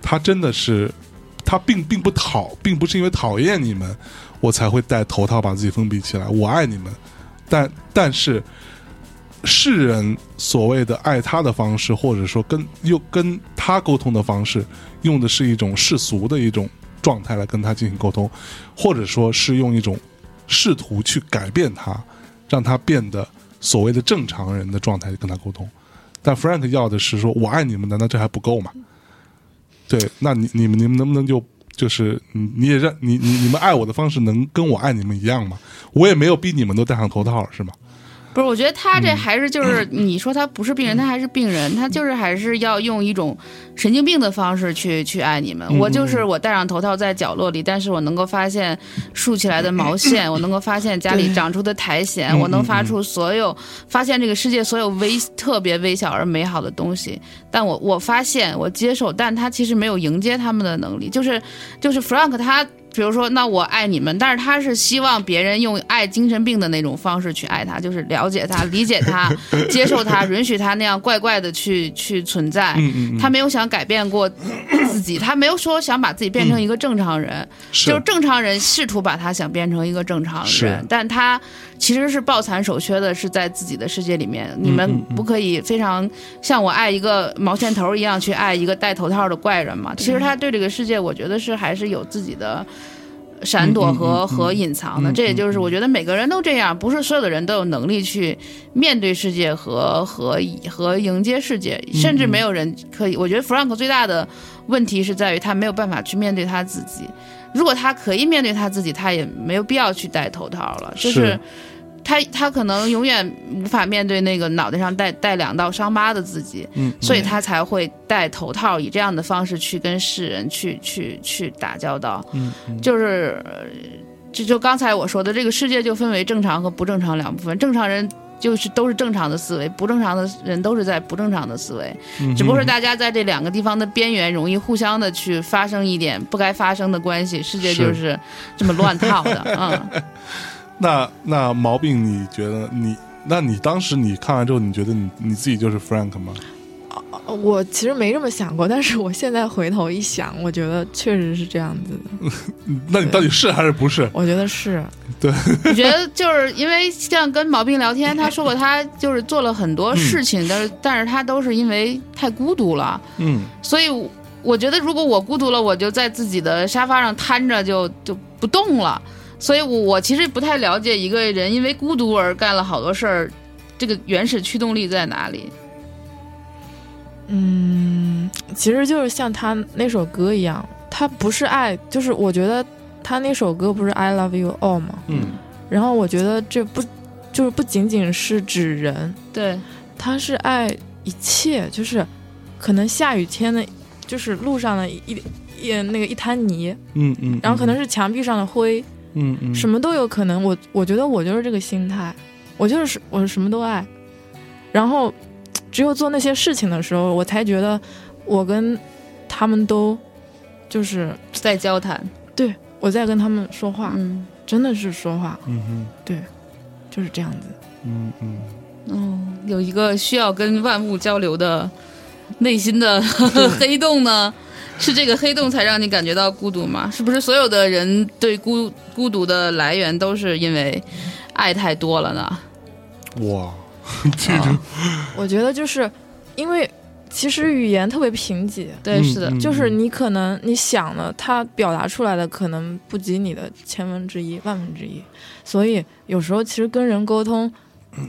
他真的是，他并并不讨，并不是因为讨厌你们，我才会戴头套把自己封闭起来。我爱你们，但但是世人所谓的爱他的方式，或者说跟又跟他沟通的方式，用的是一种世俗的一种状态来跟他进行沟通，或者说是用一种试图去改变他，让他变得所谓的正常人的状态跟他沟通。但 Frank 要的是说我爱你们，难道这还不够吗？对，那你你们你们能不能就就是你你也让你你你们爱我的方式能跟我爱你们一样吗？我也没有逼你们都戴上头套是吗？
不是，我觉得他
嗯
这还 是就是你说他不是病人，他还是病人，他就是还是要用一种神经病的方式去去爱你们。
嗯
我就是我戴上头套在角落里，但是我能够发现竖起来的毛 线，我能够发现家里
对
长出的苔藓，
嗯
我能
嗯
发
嗯
出所有发现这个世界所有微特别微小而美好的东西。但我我发现我接受，但他其实没有迎接他们的能力，就是就是 Frank 他。比如说，那我爱你们，但是他是希望别人用爱精神病的那种方式去爱他，就是了解他、理 解他、接受他、允许他那样怪怪的去去存在。
嗯嗯嗯，
他没有想改变过自己，他没有说想把自己变成
嗯
一个正常人，就是正常人试图把他想变成一个正常人
是，
但他其实是抱残守缺的，是在自己的世界里面。你们
嗯嗯
不可以非常像我爱一个毛线头一样去爱一个戴头套的怪人嘛？其实他对这个世界，我觉得是还是有自己的。闪躲和、
嗯嗯嗯嗯
和隐藏的，
嗯嗯
这也就是我觉得每个人都这样，不是所有的人都有能力去面对世界和和和迎接世界，甚
嗯
至没有人可以。我觉得 Frank 最大的问题是在于他没有办法去面对他自己。如果他可以面对他自己，他也没有必要去戴头套了。就是他他可能永远无法面对那个脑袋上带带两道伤疤的自己，
嗯，
所以他才会戴头套，以这样的方式去跟世人去去去打交道。
嗯嗯
就是呃这就刚才我说的，这个世界就分为正常和不正常两部分。正常人就是都是正常的思维，不正常的人都是在不正常的思维。
嗯
只不过是
哼
大家在这两个地方的边缘，容易互相的去发生一点不该发生的关系，世界就是这么乱套的。嗯，
那那毛病，你觉得你？那你当时你看完之后，你觉得你你自己就是 Frank 吗？
呃我其实没这么想过，但是我现在回头一想，我觉得确实是这样子的。
那你到底是还是不是？
我觉得是，
我觉得就是因为像跟毛病聊天，他说过他就是做了很多事情，但是但是他都是因为太孤独了，
嗯，
所以我我觉得如果我孤独了，我就在自己的沙发上瘫着就就不动了。所以我，我其实不太了解一个人因为孤独而干了好多事儿，这个原始驱动力在哪里？
嗯，其实就是像他那首歌一样，他不是爱，就是我觉得他那首歌不是 I love you all 吗？
Hmm.
嗯，
然后我觉得这不就是不仅仅是指人，
对，
他是爱一切，就是可能下雨天的，就是路上的一一一那个一滩泥，
嗯嗯，
然后可能是墙壁上的灰，
嗯嗯
什么都有可能。我我觉得我就是这个心态，我就是我什么都爱，然后只有做那些事情的时候，我才觉得我跟他们都就是
在交谈。
我在跟他们说话，
嗯，
真的是说话
嗯哼
就是这样子。
嗯嗯，
哦，有一个需要跟万物交流的内 心的黑洞呢，是这个黑洞才让你感觉到孤独吗？是不是所有的人对孤孤独的来源都是因为爱太多了呢？
嗯
啊
哇，
我觉得就是因为其实语言特别贫瘠，
对，是的，
嗯
就是你可能你想了，它表达出来的可能不及你的千分之一、万分之一，所以有时候其实跟人沟通，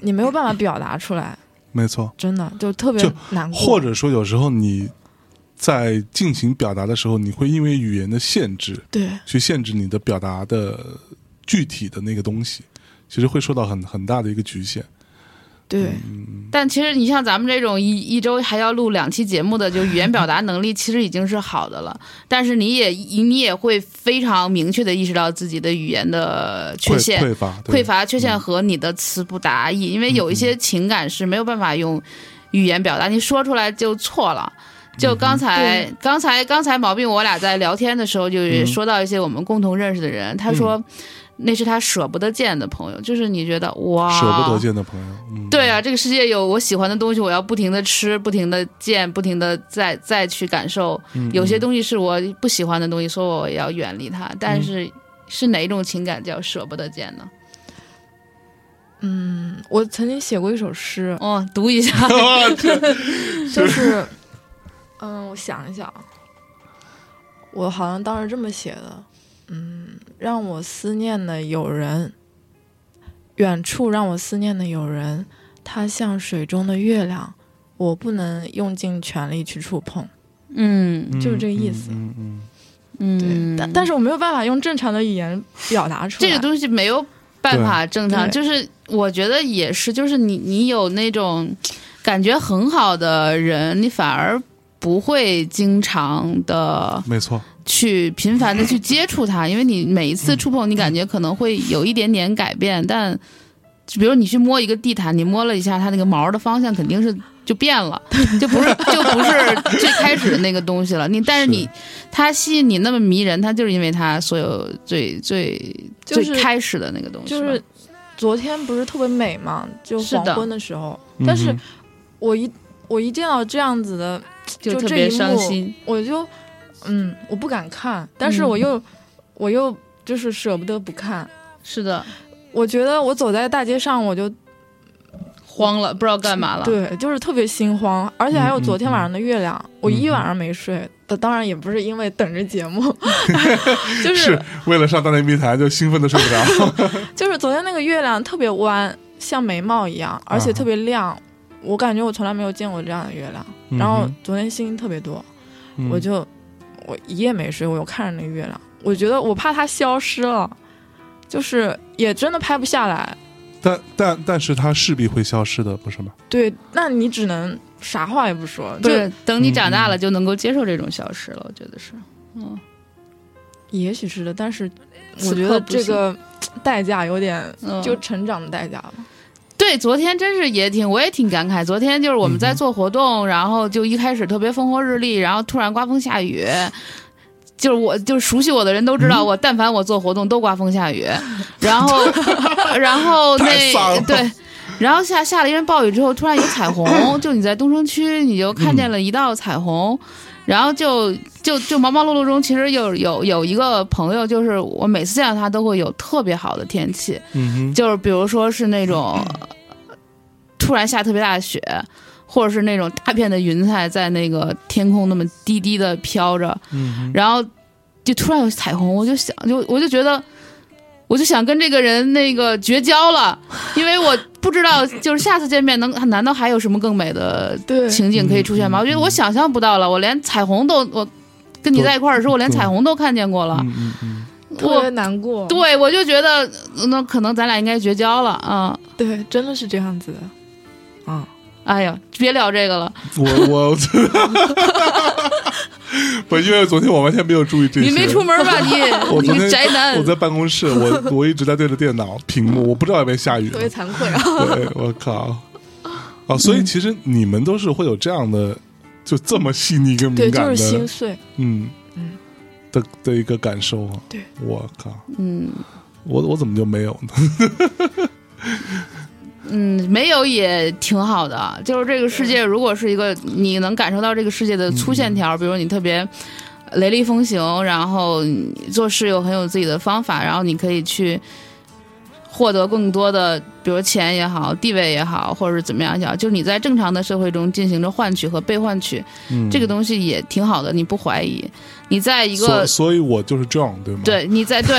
你没有办法表达出来，
没错。
真的就特别
就
难过。
或者说，有时候你在进行表达的时候，你会因为语言的限制，
对
去限制你的表达的具体的那个东西，其实会受到很很大的一个局限。
对，
嗯
但其实你像咱们这种一一周还要录两期节目的，就语言表达能力其实已经是好的了，但是你也你也会非常明确的意识到自己的语言的缺
匮
陷，
匮乏，对嗯
匮乏缺陷和你的词不达意，因为有一些情感是没有办法用语言表达，你说出来就错了。
嗯
就刚才，刚才，刚才毛病，我俩在聊天的时候，就
嗯
是说到一些我们共同认识的人，他
嗯
说那是他舍不得见的朋友，就是你觉得哇，
舍不得见的朋友，嗯，
对啊，这个世界有我喜欢的东西，我要不停的吃，不停的见，不停的再再去感受。
嗯，
有些
嗯
东西是我不喜欢的东西，所以我要远离它。但是、是哪一种情感叫舍不得见呢？
嗯，我曾经写过一 首诗，
哦，读一 下，
就是，嗯，我想一想啊，我好像当时这么写的，嗯，让我思念的友人，远处让我思念的友人，他像水中的月亮，我不能用尽全力去触碰，
嗯
就是这个意思
嗯嗯
对，
嗯，
但但是我没有办法用正常的语言表达出来，
这个东西没有办法正常，
对
就是我觉得也是，就是你你有那种感觉很好的人，你反而不会经常的
嗯，没错，
去频繁的去接触 它，因为你每一次触碰，你感觉可能会有一点点改变，但就比如你去摸一个地毯，你摸了一下它那个毛的方向，肯定是就变 了，就不是就不是最开始的那个东西了。你但是你
是
它吸引你那么迷人，它就是因为它所有最最、
就是
最开始的那个东西吧，
就是昨天不是特别美嘛，就是黄
的
昏的时候，但是
嗯
我一我一见到这样子的。
就
就
特
这
别
一幕
伤心。
我就，嗯，我不敢看，但是
嗯
我又，我又就是舍不得不看。
是的，
我觉得我走在大街上，我就
慌了，不知道干嘛了。
对，就是特别心慌，而且还有
嗯嗯
昨天晚上的月亮，我一
嗯
晚上没睡。呃当然也不是因为等着节目，就
哼
是
是为了上大内密谈就兴奋的睡不着，
就是昨天那个月亮特别弯，像眉毛一样，而且
啊哈
特别亮。我感觉我从来没有见过这样的月亮。然后昨天星星特别多，
嗯
我就我一夜没睡，我又看着那个月亮，我觉得我怕它消失了，就是也真的拍不下来。
但但但是它势必会消失的，不是吗？
对，那你只能啥话也不说，就
对，等你长大
嗯
了就能够接受这种消失了，我觉得是。嗯，
也许是的，但是我
此
觉
刻
得
不
这
行
个代价有点，
嗯
就成长的代价吧。
对，昨天真是也挺，我也挺感慨。昨天就是我们
嗯
在做活动，然后就一开始特别风和日丽，然后突然刮风下雨。就是我，就是熟悉我的人都知道，
嗯
我但凡我做活动都刮风 下雨，然后，然后
太丧
那
了
对，然后下下了一阵暴雨之后，突然有 彩虹，就你在东城区你就看见
嗯
了一道彩虹，然后就就就忙忙碌碌中，其实有有有一个朋友，就是我每次见到他都会有特别好的天气，
嗯哼，
就是比如说是那种呃突然下特别大的雪，或者是那种大片的云彩在那个天空那么低低的飘着，
嗯哼，
然后就突然有彩虹，我就想，就我就觉得。我就想跟这个人那个绝交了，因为我不知道，就是下次见面能，难道还有什么更美的
对
情景可以出现
嗯
吗？我觉得我想象不到了，我连彩虹都，我跟你在一块儿的时候，我连彩虹都看见过了，
嗯嗯嗯，
特
我
别难过。
对我就觉得呃那可能咱俩应该绝交了啊、
对，真的是这样子的。嗯，
哎呀，别聊这个了，
我我， 不，因为昨天我完全没有注意这些，
你没 出门吧？
我
你
昨天
你个宅男
我，在办公室，我我一直在对着电脑屏幕，我不知道有没有下雨
特
呢。
别惭愧啊。
对，我靠！啊，所以其实你们都是会有这样的，就这么细腻跟
对，
敏
就
感
是心
的，
碎。
嗯
嗯
的的一个感受啊。
对，
我靠，
嗯
我我怎么就没有呢？
嗯，没有也挺好的。就是这个世界，如果是一个你能感受到这个世界的粗线
嗯
条，比如你特别雷厉风行，然后你做事又很有自己的方法，然后你可以去获得更多的，比如钱也好，地位也好，或者是怎么样也好，就是你在正常的社会中进行着换取和被换取，
嗯，
这个东西也挺好的，你不怀疑。你在一
所
个
所以我就是 John 对吗？
对，你在 对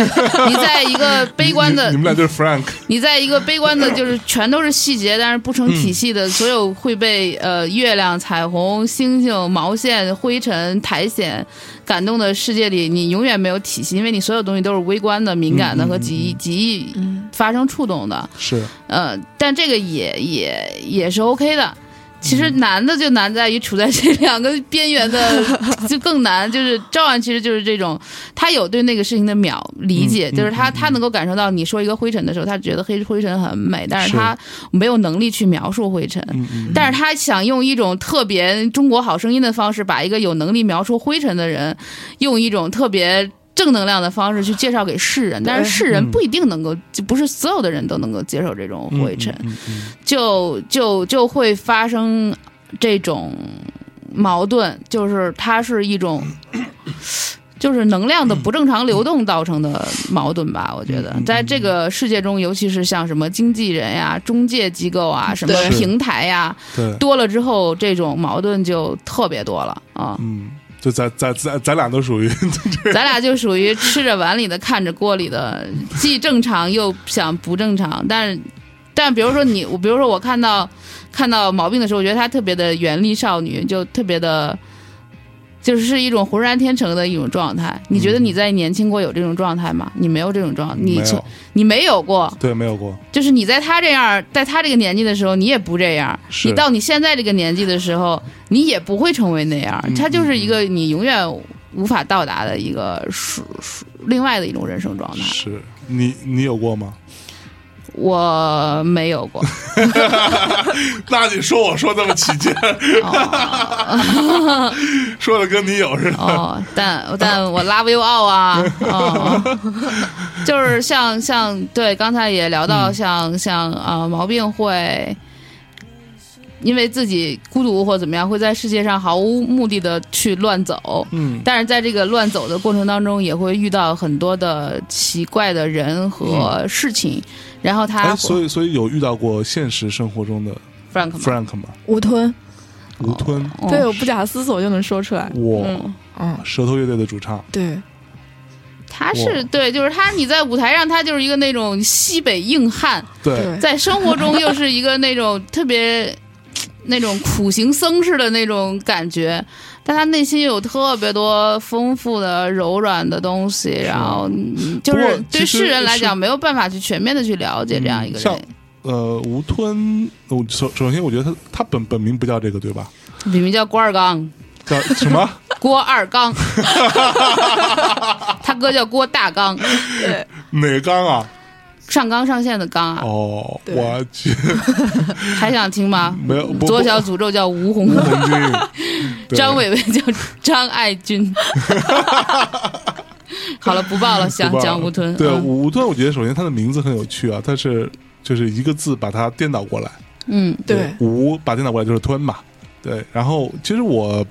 你在一个悲观的
你，你们俩就是 Frank，
你在一个悲观的，就是全都是细节，但是不成体系
嗯
的，所有会被呃月亮、彩虹、星星、毛线、灰尘、苔藓感动的世界里，你永远没有体系，因为你所有东西都是微观的、敏感的
嗯嗯
和
嗯
极易极易
嗯，
发生触动的。
是
呃，但这个也也也是 OK 的。其实难的就难在于处在这两个边缘的，
嗯
就更难。就是赵安其实就是这种，他有对那个事情的秒理解，
嗯
就是
嗯
他、
嗯
他能够感受到你说一个灰尘的时候，他觉得黑灰尘很美，但是
是
他没有能力去描述灰尘。
嗯嗯，
但是他想用一种特别《中国好声音》的方式，把一个有能力描述灰尘的人，用一种特别正能量的方式去介绍给世人。但是世人
嗯
不一定能够，就不是所有的人都能够接受这种
嗯
灰尘，
嗯嗯
就就就会发生这种矛盾，就是它是一种。就是能量的不正常流动造成的矛盾吧，我觉得
嗯嗯嗯
在这个世界中，尤其是像什么经纪人呀、中介机构啊、什么
对
是
平台呀，
嗯对，！
多了之后，这种矛盾就特别多了啊
嗯，就咱咱咱咱俩都属于
咱俩就属于吃着碗里的看着锅里的，既正常又想不正常。但是，但比如说你，我比如说我看到看到毛病的时候，我觉得她特别的原力少女，就特别的，就是一种浑然天成的一种状态。你觉得你在年轻过有这种状态吗？你没有这种状，
没
你从
有，
你没有过，
对，没有过，
就是你在他这样，在他这个年纪的时候，你也不这样；
是
你到你现在这个年纪的时候，你也不会成为那样。
嗯
他就是一个你永远无法到达的一个属属另外的一种人生状态。
是你你有过吗？
我没有过，
那你说我说这么起劲，
哦
说的跟你有 似的。
哦，但 但我 love you all 啊，哦，就是像像对，刚才也聊到
嗯
像像呃毛病会。因为自己孤独或怎么样，会在世界上毫无目的的去乱走，
嗯，
但是在这个乱走的过程当中，也会遇到很多的奇怪的人和事情。然后他
哎，所以所以有遇到过现实生活中的
Frank 嘛
Frank 吗？
吴吞，
吴吞，
嗯
对，我不假思索就能说出来。
我
嗯，
嗯，
舌头乐队的主唱，
对，
他是
哇
对，就是他，你在舞台上，他就是一个那种西北硬汉，
对，
在生活中又是一个那种特别那种苦行僧似的那种感觉，但他内心有特别多丰富的柔软的东西，然后嗯就
不
是
过
对
其实
世人来
是
讲没有办法去全面的去了解这样一个
嗯像
人，
呃，吴吞，我首首先我觉得他他本本名不叫这个对吧？
笔名叫郭二刚，
叫什么？
郭二刚，他哥叫郭大刚，
对，
哪刚啊？
上纲上线的纲啊，
哦，
对
我去，
还想听吗？
没有不
左
不
小诅咒叫吴红
吴，红军， 对
张伟伟叫张爱军。 好了，不报了，
不
想
报
讲吴吞。
对
嗯
吴敦，我觉得首先他的名字很有趣啊，他是就是一个字把它颠倒过来，
嗯，
对，
吴把颠倒过来就是吞嘛，对。然后其实我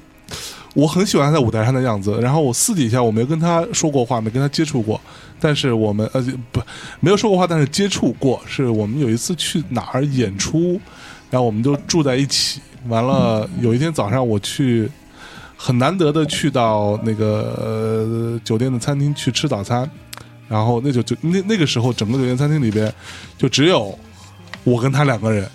我很喜欢他在舞台上的样子，然后我私底下我没跟他说过话，没跟他接触过，但是我们呃不没有说过话，但是接触过，是我们有一次去哪儿演出，然后我们就住在一起，完了
嗯
有一天早上我去。很难得的去到那个、呃、酒店的餐厅去吃早餐，然后那就就那那个时候整个酒店餐厅里边就只有我跟他两个人，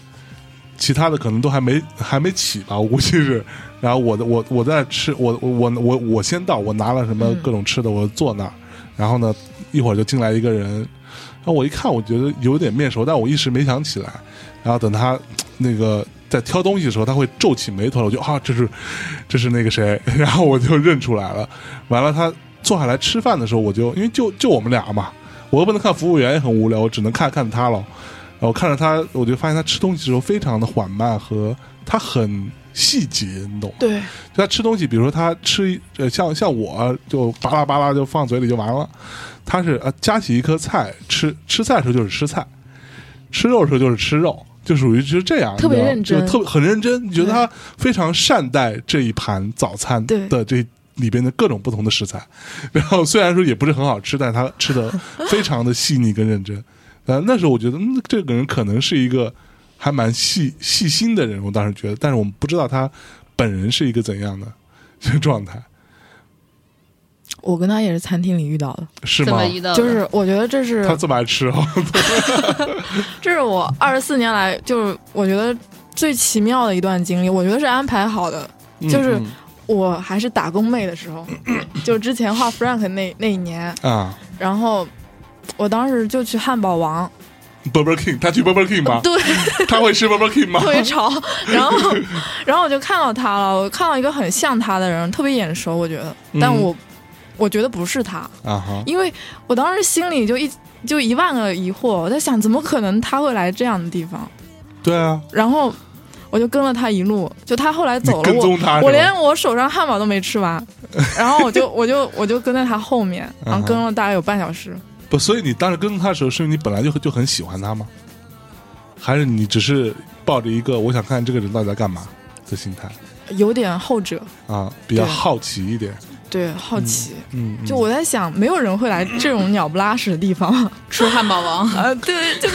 其他的可能都还没还没起吧，我估计是。然后我的我我在吃我我我我先到，我拿了什么
嗯
各种吃的，我坐那儿，然后呢一会儿就进来一个人，然后我一看我觉得有点面熟，但我一时没想起来。然后等他那个在挑东西的时候，他会皱起眉头来，我就啊这是这是那个谁， 然后我就认出来了。完了，他坐下来吃饭的时候，我就因为就就我们俩嘛，我又不能看服务员，也很无聊，我只能看看他了。然后看着他，我就发现他吃东西的时候非常的缓慢，和他很细节，你懂吗？
对，
就他吃东西，比如说他吃一呃，像像我就巴拉巴拉就放嘴里就完了，他是啊夹起一颗菜吃吃菜的时候就是吃菜，吃肉的时候就是吃肉，就属于就是这样，
特别
你知道吗就
认真
是特别很认真。你觉得他非常善待这一盘早餐
对
的这里边的各种不同的食材， 然后虽然说也不是很好吃，但是他吃的非常的细腻跟认真。 呃，那时候我觉得、嗯、这个人可能是一个还蛮细细心的人，我当时觉得，但是我们不知道他本人是一个怎样的 状态，
我跟他也是餐厅里遇到的，
是
这
吗
么？一道的
就是我觉得这是
他这么爱吃哦，
这是我二十四年来就是我觉得最奇妙的一段经历，我觉得是安排好的。 就是
嗯
我还是打工妹的 时候，就之前画 Frank 那那一年，
嗯啊
然后我当时就去汉堡王，
，Burger King，他去 Burger King 吗？
对，
他会吃 Burger King 吗？
特别潮。然后，然后我就看到他了，我看到一个很像他的人，特别眼熟，我觉得，但
嗯
我、我觉得不是他，
啊哈，
因为我当时心里就一就一万个疑惑，我在想怎么可能他会来这样的地方，
对啊，
然后我就跟了他一路，就他后来
你
走了
跟
我。
踪他是吧，
我连我手上汉堡都没 吃完，然后我就我就我就跟在他后面，
嗯
然后
哼
跟了大概有半小时。
不，所以你当时跟踪他的时候，是因为你本来就就很喜欢他吗？还是你只是抱着一个我想看这个人到底在干嘛的心态
有点后者，
啊？比较
对
好奇一点，
对，好奇。
嗯，嗯
就我在想，没有人会来这种鸟不拉屎的地方，
吃汉堡王，
呃，对，就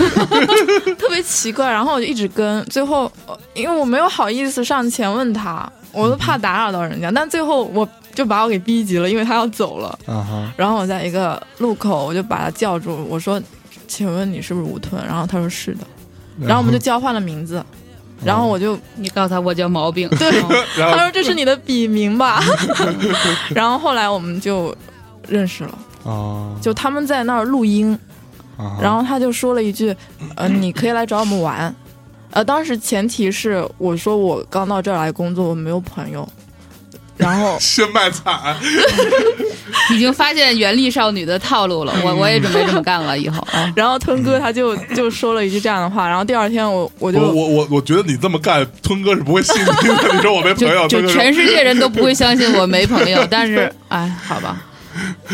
特别奇怪。然后我就一直跟，最后呃因为我没有好意思上前问他，我都怕打扰到人家。但最后我就把我给逼急了，因为他要走了。
啊哈，
然后我在一个路口，我就把他叫住，我说：“请问你是不是吴吞？”然后他说：“是的。”
嗯
然后我们就交换了名字，然后我就
你告诉他我叫毛病。
对
哦
然
他
后
说这是你的笔名吧？ 然后后来我们就认识了，
啊，
就他们在那儿录音，
啊哈
然后他就说了一句：“ 呃，你可以来找我们玩。”呃，当时前提是我说我刚到这儿来工作，我没有朋友，然后
先卖惨，
已经发现原力少女的套路了，
嗯
我我也准备这么干了，以 后啊。
然后吞哥他就就说了一句这样的话，然后第二天我我就
我我我我觉得你这么干，吞哥是不会信你的。你说我没朋友，
就
吞
就
哥说
全世界人都不会相信我没朋友，但是哎，好吧，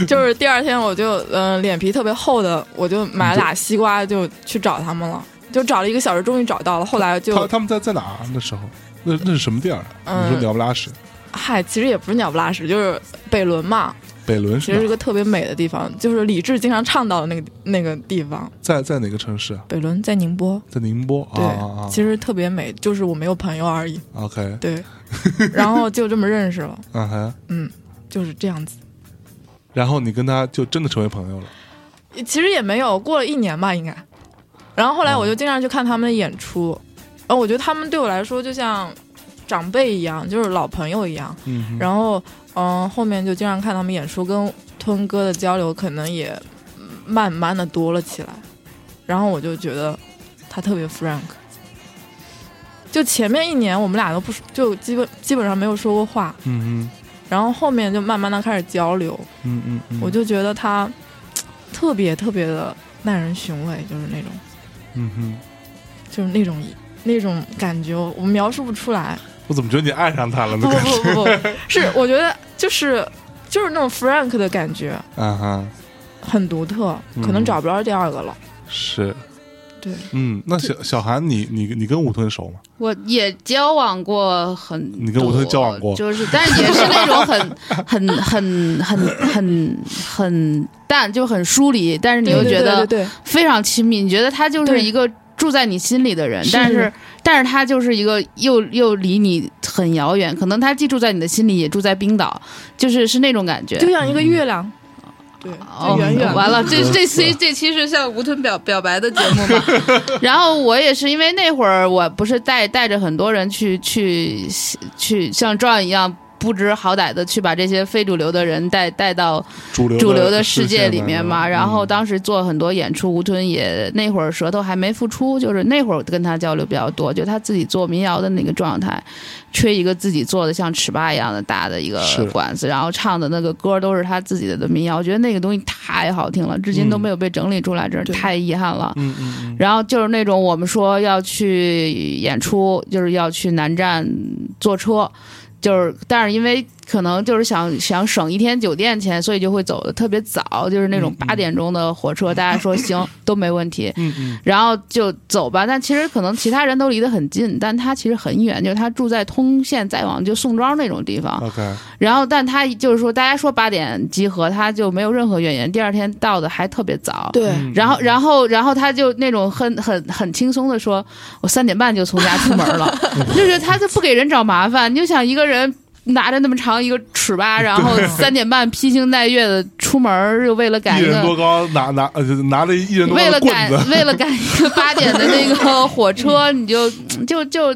就是第二天我就嗯、呃脸皮特别厚的，我就买了俩西瓜就去找他们了，就找了一个小时，终于找到了，后来就
他他们在在哪儿啊那时候？那那是什么地儿？啊你说
嗯
鸟不拉屎，
嗨，其实也不是鸟不拉屎，就是北仑嘛，
北仑
其
是
实是
哪儿？
个特别美的地方，就是李志经常倡导的那个那个地方。
在在哪个城市啊？
北仑在宁波，
在宁波啊
对，
啊啊
其实特别美，就是我没有朋友而已，
！OK，
对，然后就这么认识了，
嗯哼，
嗯，就是这样子。
然后你跟他就真的成为朋友了。
其实也没有过了一年吧，应该。然后后来我就经常去看他们的演出，呃，我觉得他们对我来说就像长辈一样，就是老朋友一样。
嗯哼，
然后，嗯、后面就经常看他们演出，跟吞哥的交流可能也嗯慢慢的多了起来。然后我就觉得他特别 Frank，就前面一年我们俩都不说就基本基本上没有说过话，
嗯
然后后面就慢慢的开始交流，
嗯嗯嗯嗯，
我就觉得他特别特别的耐人寻味，就是那种
嗯哼，
就是那种那种感觉，我描述不出来。
我怎么觉得你爱上他了
不
呢？
不不不 不，是我觉得就是就是那种 Frank 的感觉，
啊哈，
很独特，可能
嗯
找不着第二个了。
是，
对，
嗯，那小小韩，你你你跟吴吞熟吗？
我也交往过很多，
你跟吴吞交往过
就是，但是也是那种很很很很很很淡，就很疏离，但是你又
对
觉
对
得
对对
非常亲密，你觉得他就是
对
一个住在你心里的人，
是
但
是
是但是他就是一个又又离你很遥远，可能他既住在你的心里，也住在冰岛，就是是那种感觉
对，。就像一个月亮，对，
哦
就圆圆的。
完了，这这
是
期这期是向吴吞表表白的节目嘛？ 然后我也是因为那会儿我不是带带着很多人去去去像 John 一样。不知好歹的去把这些非主流的人带带到
主流
主流
的
的世界里面嘛，
嗯
然后当时做很多演出，吴吞也那会儿舌头还没复出，就是那会儿跟他交流比较多，就他自己做民谣的那个状态，缺一个自己做的像尺八一样的大的一个
是
馆子，然后唱的那个歌都是他自己的民谣，我觉得那个东西太好听了，至今都
嗯
没有被整理出来，真是
对
太遗憾了。
嗯嗯嗯，
然后就是那种我们说要去演出，就是要去南站坐车，就是但是因为可能就是想想省一天酒店钱，所以就会走的特别早，就是那种
嗯嗯
八点钟的火车，大家说行都没问题。
嗯嗯
然后就走吧，但其实可能其他人都离得很近，但他其实很远，就是他住在通县再往就宋庄那种地方。
，OK，
然后，但他就是说，大家说八点集合，他就没有任何怨言。第二天到的还特别早，
对，
嗯
然后，然后，然后他就那种很很很轻松的说：“我三点半就从家出 门了。”就是他就不给人找麻烦。你就想一个人拿着那么长一个尺八，然后三点半披星戴月的出门儿，又为了赶
一
一
人多
个。
高，拿拿呃拿着一人多
为
高
了
的棍
赶
子，
为了赶一个八点的那个火车，你就就就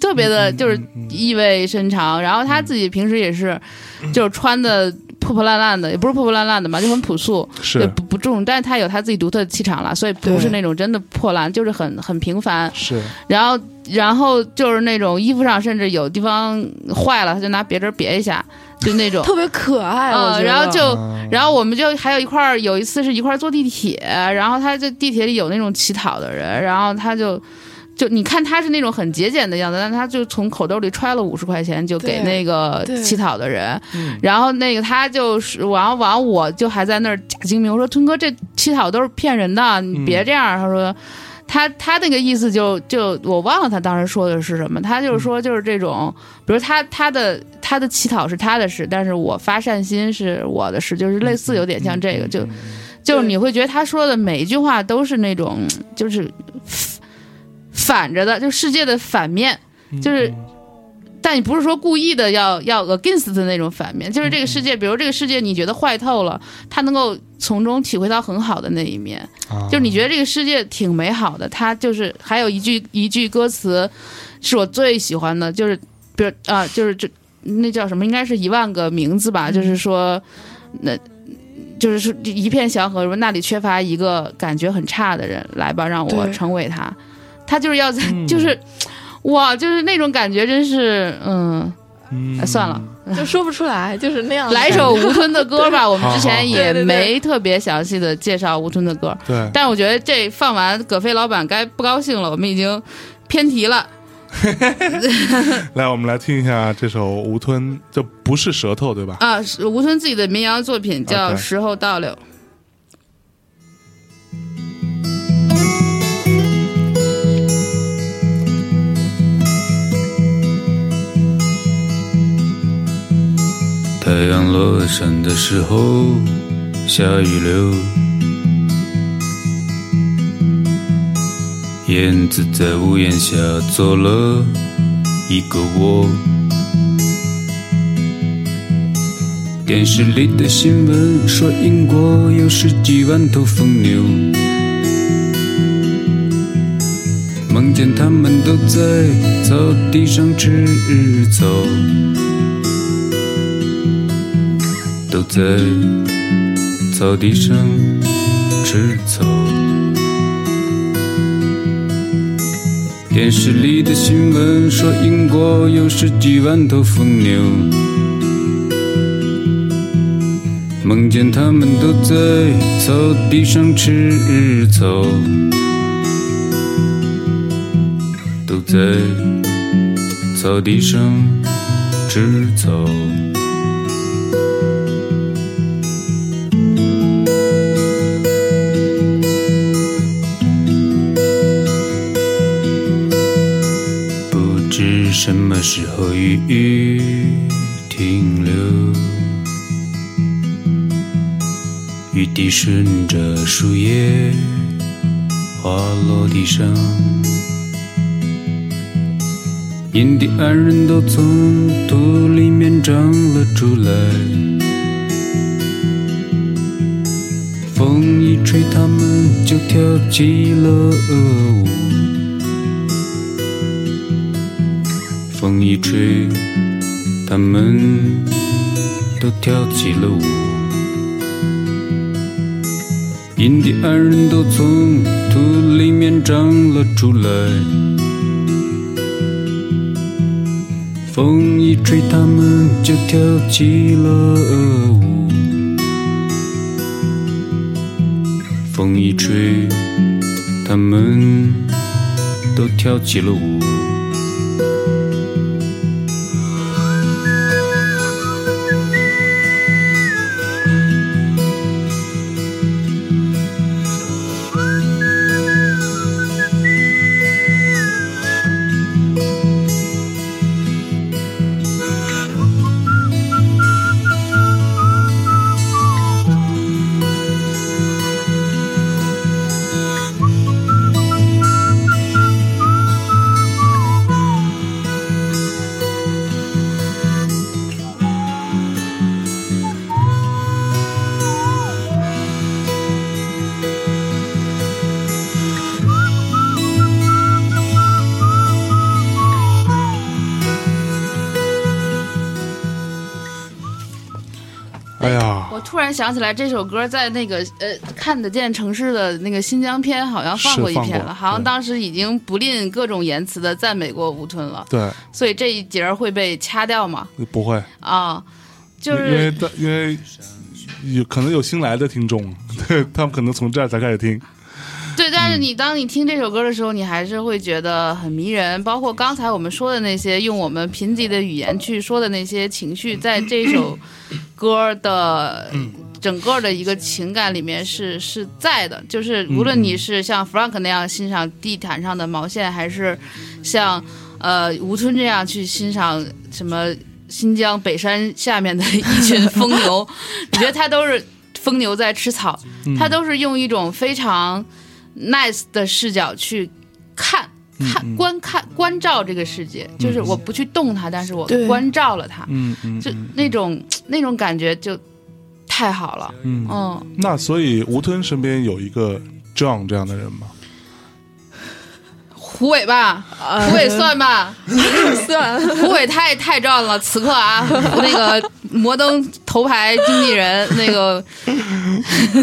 特别的，
嗯
就是
嗯嗯
意味深长。然后他自己平时也是，
嗯
就是穿的破破烂烂的，也不是破破烂烂的嘛，就很朴素。对
是
不不重，但是他有他自己独特的气场了，所以不
对
是那种真的破烂，就是很很平凡。
是，
然后然后就是那种衣服上甚至有地方坏了，他就拿别针别一下，就那 种。
特别可爱，我
嗯，
觉得。
然后就。
嗯
然后我们就还有一块儿，有一次是一块儿坐地铁，然后他就地铁里有那种乞讨的人，然后他就就你看他是那种很节俭的样子，但他就从口兜里揣了五十块钱就给
对
那个
对
乞讨的人
嗯，
然后那个他就是，然后完我就还在那儿假精明，我说春哥这乞讨都是骗人的，你别
嗯
这样，他说。他他那个意思就就我忘了他当时说的是什么，他就是说就是这种，比如他他的他的乞讨是他的事，但是我发善心是我的事，就是类似有点像这个，
嗯
就就是你会觉得他说的每一句话都是那种嗯就是反着的，就世界的反面，
嗯
就是但你不是说故意的要要 against 的那种反面，就是这个世界，比如这个世界你觉得坏透了，他能够从中体会到很好的那一面，
啊哦
就是你觉得这个世界挺美好的，他就是还有一句一句歌词是我最喜欢的，就是比如啊、就是这那叫什么，应该是一万个名字
嗯
吧，就是说那。就是说一片祥和，说那里缺乏一个感觉很差的人，来吧，让我
对
成为他。他就是要在，
嗯
就是，哇，就是那种感觉，真是，嗯，
嗯
哎算了，
就说不出来，就是那样。
来一首吴吞的歌吧。我们之
好好
前也
对对对
没特别详细的介绍吴吞的歌，
对，
但是我觉得这放完，葛飞老板该不高兴了。我们已经偏题了，
来我们来听一下这首吴吞，这不是舌头对吧？
啊，是吴吞自己的民谣作品叫
OK
《时候倒流》。
太阳落山的时候，下雨了。燕子在屋檐下做了一个窝。电视里的新闻说，英国有十几万头疯牛，梦见它们都在草地上吃草。都在草地上吃草。
电视里的新闻说英国有十几万头疯牛，梦见他们都在草地上吃草，都在草地上吃草。不知什么时候雨停留，雨滴顺着树叶滑落地上，印第安人都从土里面长了出来，风一吹，他们就跳起了舞。风一吹，他们都跳起了舞。印第安人都从土里面长了出来。风一吹，他们就跳起了舞。风一吹，他们都跳起了舞。
啊
哎呀，
我突然想起来，这首歌在那个呃看得见城市的那个新疆篇好像放
是
过一
放
篇
过
了，好像
对
当时已经不吝各种言辞的赞美过吴吞了，
对，
所以这一节儿会被掐掉嘛？
不会，
啊，就
因为
是
大因为有可能有新来的听众，对 他们可能从这儿才开始听，
对，
嗯
但是你当你听这首歌的时候，你还是会觉得很迷人。包括刚才我们说的那些用我们贫瘠的语言去说的那些情绪，在这首歌的整个的一个情感里面是是在的。就是无论你是像 Frank 那样欣赏地毯上的毛线，还是像呃吴村这样去欣赏什么新疆北山下面的一群疯牛，你觉得他都是疯牛在吃草，他都是用一种非常 nice 的视角去看。看观看关照这个世界，就是我不去动它，但是我
对
关照了它，
嗯嗯
就那种那种感觉就太好了。
嗯。
嗯，
那所以吴吞身边有一个 John 这样的人吗？
虎尾吧，虎
嗯
尾算吧，
算了，
虎尾太太赚了。此 刻啊，那个摩登头牌经纪人那 个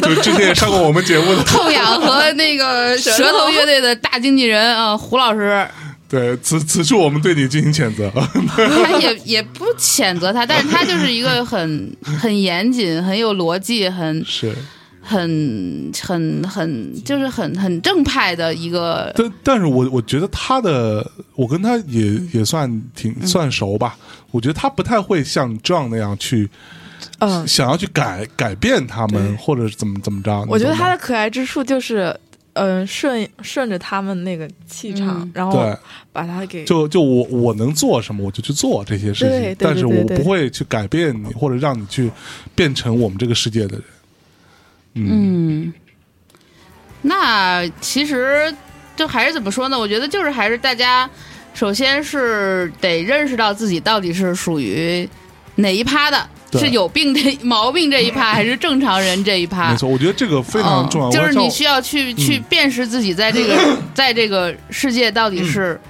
就是之前也上过我们节目的，
痛痒和那个舌头乐队的大经纪人啊、胡 老师，
对，此此处我们对你进行谴责。
他也也不谴责他，但是他就是一个很很严谨、很有逻辑、很
是，
很很很就是很很正派的一个。
但但是我我觉得他的，我跟他也也算
嗯
挺算熟吧。我觉得他不太会像 John 那样去
嗯，
想要去改改变他们，
对
或者是怎么怎么着。
我觉得
你懂
他
吗
的可爱之处就是，嗯，顺顺着他们那个气场
嗯，
然后
对，
把他给
就就我我能做什么，我就去做这些事
对
情
对，
但是
对
我
对
不会去改变你，或者让你去变成我们这个世界的人。嗯，
嗯，那其实就还是怎么说呢？我觉得就是还是大家首先是得认识到自己到底是属于哪一趴的。
对
是有病这毛病这一 趴，还是正常人这一趴？
没错，我觉得这个非常重要。
嗯、就
我嗯
是
像
你需要去、去辨识自己在 这个在这个世界
嗯
到底是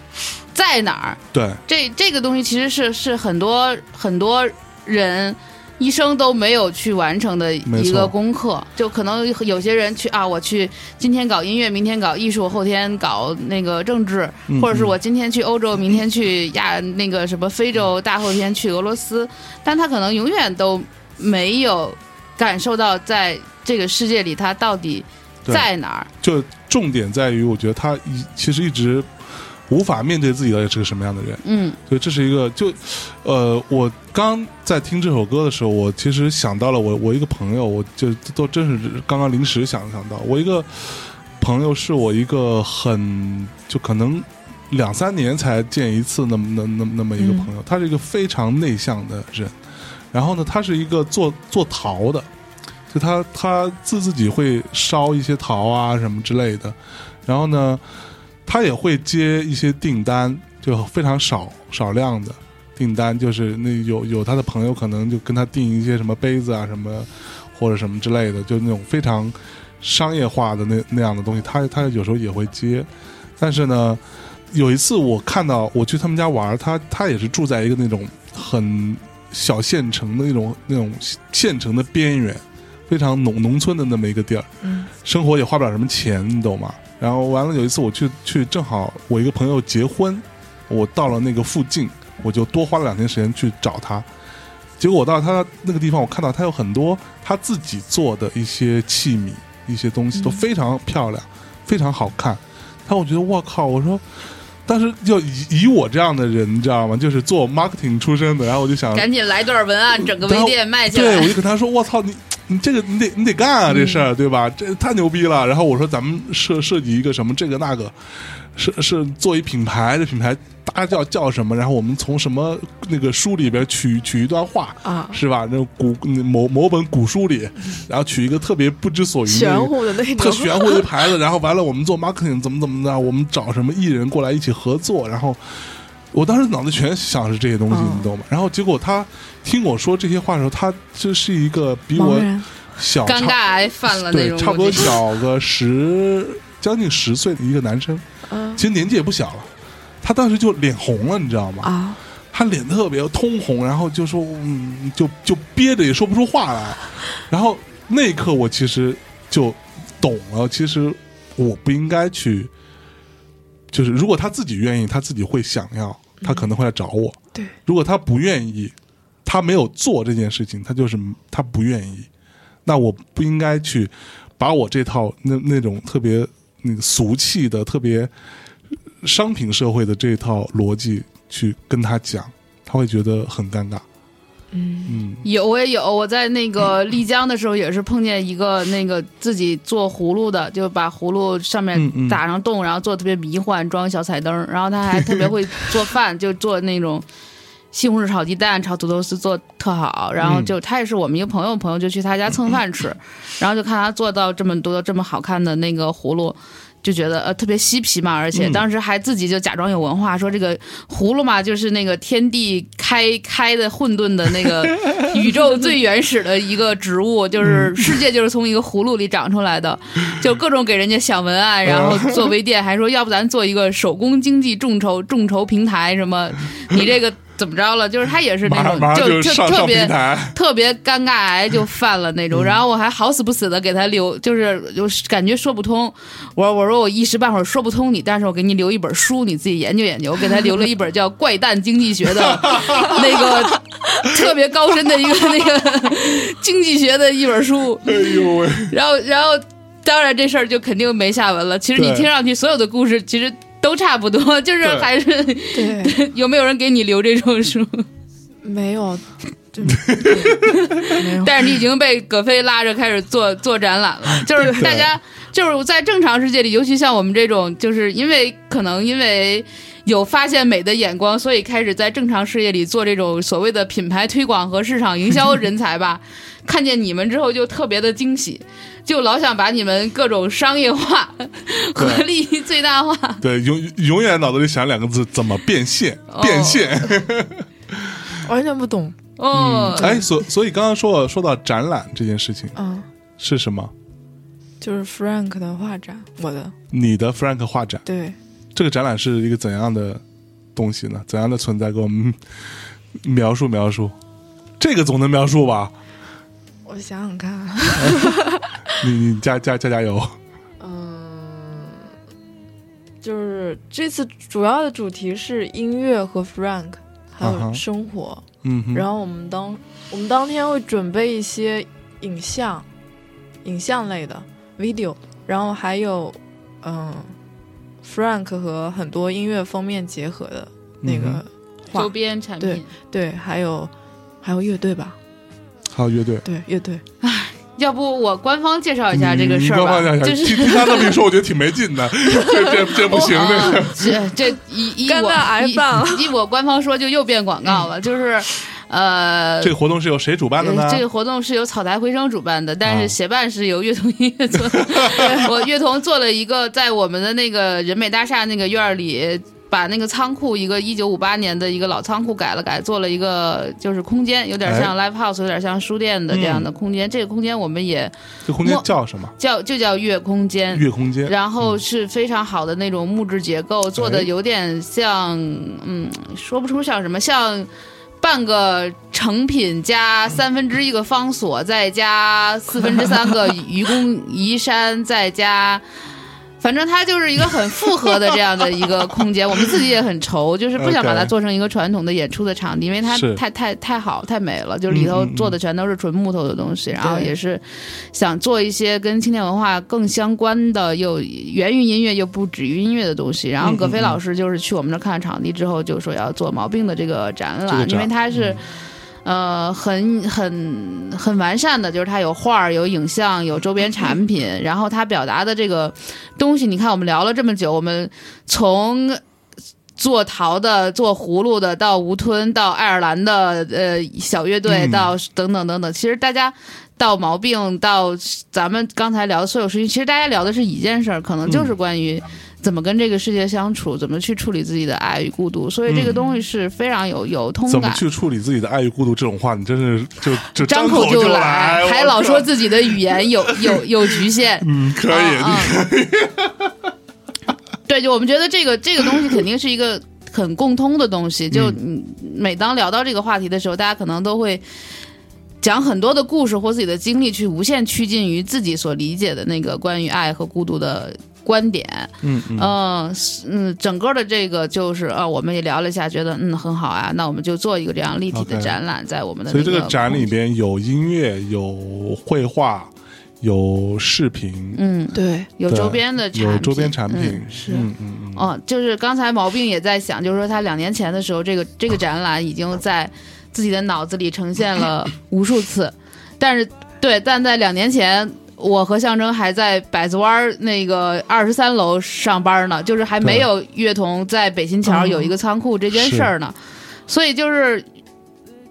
在哪儿。
对
这这个东西其实是是很多很多人。医生都没有去完成的
没
一
错
个功课。就可能有些人去啊，我去今天搞音乐，明天搞艺术，后天搞那个政治，
嗯
或者是我今天去欧洲，明天去亚那个什么非洲，大后天去俄罗斯，但他可能永远都没有感受到在这个世界里他到底
对
在哪儿。
就重点在于，我觉得他一其实一直无法面对自己到底是个什么样的人，
嗯
所以这是一个就，呃，我刚在听这首歌的时候，我其实想到了我我一个朋友，我就都真是刚刚临时想想到，我一个朋友是我一个很就可能两三年才见一次那么那那那么一个
嗯
朋友，他是一个非常内向的人，然后呢，他是一个做做陶的，就他他自自己会烧一些陶啊什么之类的，然后呢，他也会接一些订单，就非常少少量的订单，就是那有有他的朋友可能就跟他订一些什么杯子啊什么或者什么之类的，就那种非常商业化的那那样的东西，他他有时候也会接，但是呢，有一次我看到我去他们家玩儿，他他也是住在一个那种很小县城的那种那种县城的边缘，非常农农村的那么一个地儿，
嗯
生活也花不了什么钱，你懂吗？然后完了有一次我去去正好我一个朋友结婚，我到了那个附近，我就多花了两天时间去找他。结果我到他那个地方，我看到他有很多他自己做的一些器皿、一些东西都非常漂亮，非常好看。但我觉得我靠，我说，但是就以以我这样的人，你知道吗？就是做 marketing 出身的，然后我就想，
赶紧来段文案，整个
然
微
后
店卖起
对，我
来。
就跟他说：“我操，你你这个你得你得干啊，这事
嗯
儿对吧？这太牛逼了。”然后我说：“咱们设设计一个什么这个那个，是是做一品牌，这品牌大家叫叫什么？然后我们从什么那个书里边取取一段话。”
哦
啊，
是吧？那古某某本古书里，然后取一个特别不知所云、
玄乎的那
特
种，
玄乎 的牌子，然后完了我们做 marketing 怎么怎么的，我们找什么艺人过来一起合作，然后我当时脑子全想是这些东西，
嗯
你懂吗？然后结果他听我说这些话的时候，他就是一个比
茫
我
然
小
尴尬
差
癌犯了那
对
种，
差不
我
多
觉得
小个十将近十岁的一个男生，
嗯
其实年纪也不小了，他当时就脸红了，你知道吗？
啊，
他脸特别通红，然后就说，嗯，就就憋着也说不出话来。然后那一刻，我其实就懂了，其实我不应该去，就是如果他自己愿意，他自己会想要，他可能会来找我。
对，
如果他不愿意，他没有做这件事情，他就是他不愿意，那我不应该去把我这套那那种特别那个俗气的、特别商品社会的这套逻辑去跟他讲，他会觉得很尴尬。
嗯
嗯，
有，我也有。我在那个丽江的时候，也是碰见一个那个自己做葫芦的，就把葫芦上
嗯
面
嗯
打上洞，然后做得特别迷幻，装小彩灯儿。然后他还特别会做饭，就做那种西红柿炒鸡蛋、炒土豆丝做特好。然
嗯
后就他也是我们一个朋友，朋友就去他家蹭 饭吃，然后就看他做到这么多这么好看的那个葫芦。就觉得呃特别嬉皮嘛，而且
嗯
当时还自己就假装有文化，说这个葫芦嘛就是那个天地开开的混沌的那个 宇宙最原始的一个植物，就是
嗯
世界就是从一个葫芦里长出来的，就各种给人家想文案，然后做微店，还说要不咱做一个手工经济众筹众筹平台什么，你这个怎么着了？就是他也是那
马上
种
马上
就
上
特
上
别
平台，
特别尴尬癌就犯了那
嗯
种，然后我还好死不死的给他留，就是就是感觉说不通。我说我说我一时半会儿说不通你，但是我给你留一本书，你自己研究研究。我给他留了一本叫《怪诞经济学》 的那个特别高深的一个 那个经济学的一本书，
哎呦喂，
然后然后当然这事儿就肯定没下文了。其实你
对
听上去所有的故事其实都差不多，就是
对
还是
对，
有没有人给你留这种书？
没 有，就对没有，
但是你已经被葛飞拉着开始做做展览了，就是大家就是在正常世界里，尤其像我们这种，就是因为可能因为有发现美的眼光，所以开始在正常世界里做这种所谓的品牌推广和市场 营销人才吧。看见你们之后就特别的惊喜，就老想把你们各种商业化和利益最大化。
对，永永远脑子里想两个字：怎么变现
哦？
变现。
完全不懂，
哦，
哎，所所以刚刚说说到展览这件事情
嗯，
是什么？
就是 Frank 的画展，我的
你的 Frank 画展，
对，
这个展览是一个怎 样的东西呢？怎样的存在？给我们描述描述。这个总能描述吧？
我想想看，啊
你你加加加加油！
嗯，就是这次主要的主题是音乐和 Frank，还
啊哈
有生活。
嗯哼，
然后我们当我们当天会准备一些影像、影像类的 video，然后还有嗯、Frank 和很多音乐封面结合的那个、
嗯哼
周边产品
对。对，还有还有乐队吧，
还有乐队。
对乐队，
要不我官方介绍一下这个
你
事
嗯
儿
你
吧
帮我讲，讲
就是
听听他这么一说，我觉得挺没劲 的。这这这不行，这个
啊这这以以
干
我
到癌
以
棒嗯
以我官方说就又变广告了，就是呃
这。个活动是由谁主办的呢
呃？这个活动是由草台回声主办的，但
啊
是协办是由乐童音乐 做的。我乐童做了一个在我们的那个人美大厦那个院儿里，把那个仓库一个一九五八年的一个老仓库改了改，做了一个就是空间，有点
哎
像 live house，有点像书店的这样的
嗯
空间。这个空间我们也
这空间
莫
叫什么？
叫就叫月空间，
月空间。哎
然后是非常好的那种木质结构，做的有点像，嗯，说不出像什么，像半个成品加三分之一个方所，再加四分之三个愚公移山，再加。 反正它就是一个很复合的这样的一个空间，我们自己也很愁，就是不想把它
OK
做成一个传统的演出的场地，因为它
是
太太太好太美了，就是里
嗯
头
嗯嗯
做的全都是纯木头的东西，然后
对
也是想做一些跟青年文化更相关的，又源于音乐又不止于音乐的东西。然后
嗯
葛飞老师就是去我们那儿看了场地之后，就说要做毛病的这个展览，
这个展嗯
因为他是。呃，很很很完善的，就是它有画儿、有影像、有周边产品，然后它表达的这个东西，你看我们聊了这么久，我们从做陶的、做葫芦的，到吴吞，到爱尔兰的呃小乐队，
嗯
到等等等等，其实大家到毛病，到咱们刚才聊的所有事情，其实大家聊的是一件事儿，可能
嗯
就是关于怎么跟这个世界相处，怎么去处理自己的爱与孤独，所以这个东西是非常有有通
嗯怎么
感。
去处理自己的爱与孤独这种话，你真是就就
张
口
就
来，
还
我
老
靠
说自己的语言有有有局限，
嗯 可以，
啊啊 对，就我们觉得这个这个东西肯定是一个很共通的东西。就嗯每当聊到这个话题的时候，大家可能都会讲很多的故事或自己的经历，去无限趋近于自己所理解的那个关于爱和孤独的观点。
嗯嗯
嗯是嗯，整个的这个就是呃，我们也聊了一下，觉得嗯很好啊，那我们就做一个这样立体的
OK
展览，在我们的
所以这
那
个展里
空间，
边有音乐，有绘画，有视频，
嗯，
对
有
对
周边的产
有周边产
嗯
品，
是
嗯嗯嗯，
哦，就是刚才毛病也在想，就是说他两年前的时候，这个这个展览已经在自己的脑子里呈现 了无数次，但是对，但在两年前。我和象征还在百子湾儿那个二十三楼上班呢，就是还没
对
有乐童在北新桥
嗯
有一个仓库这件事儿呢，所以就是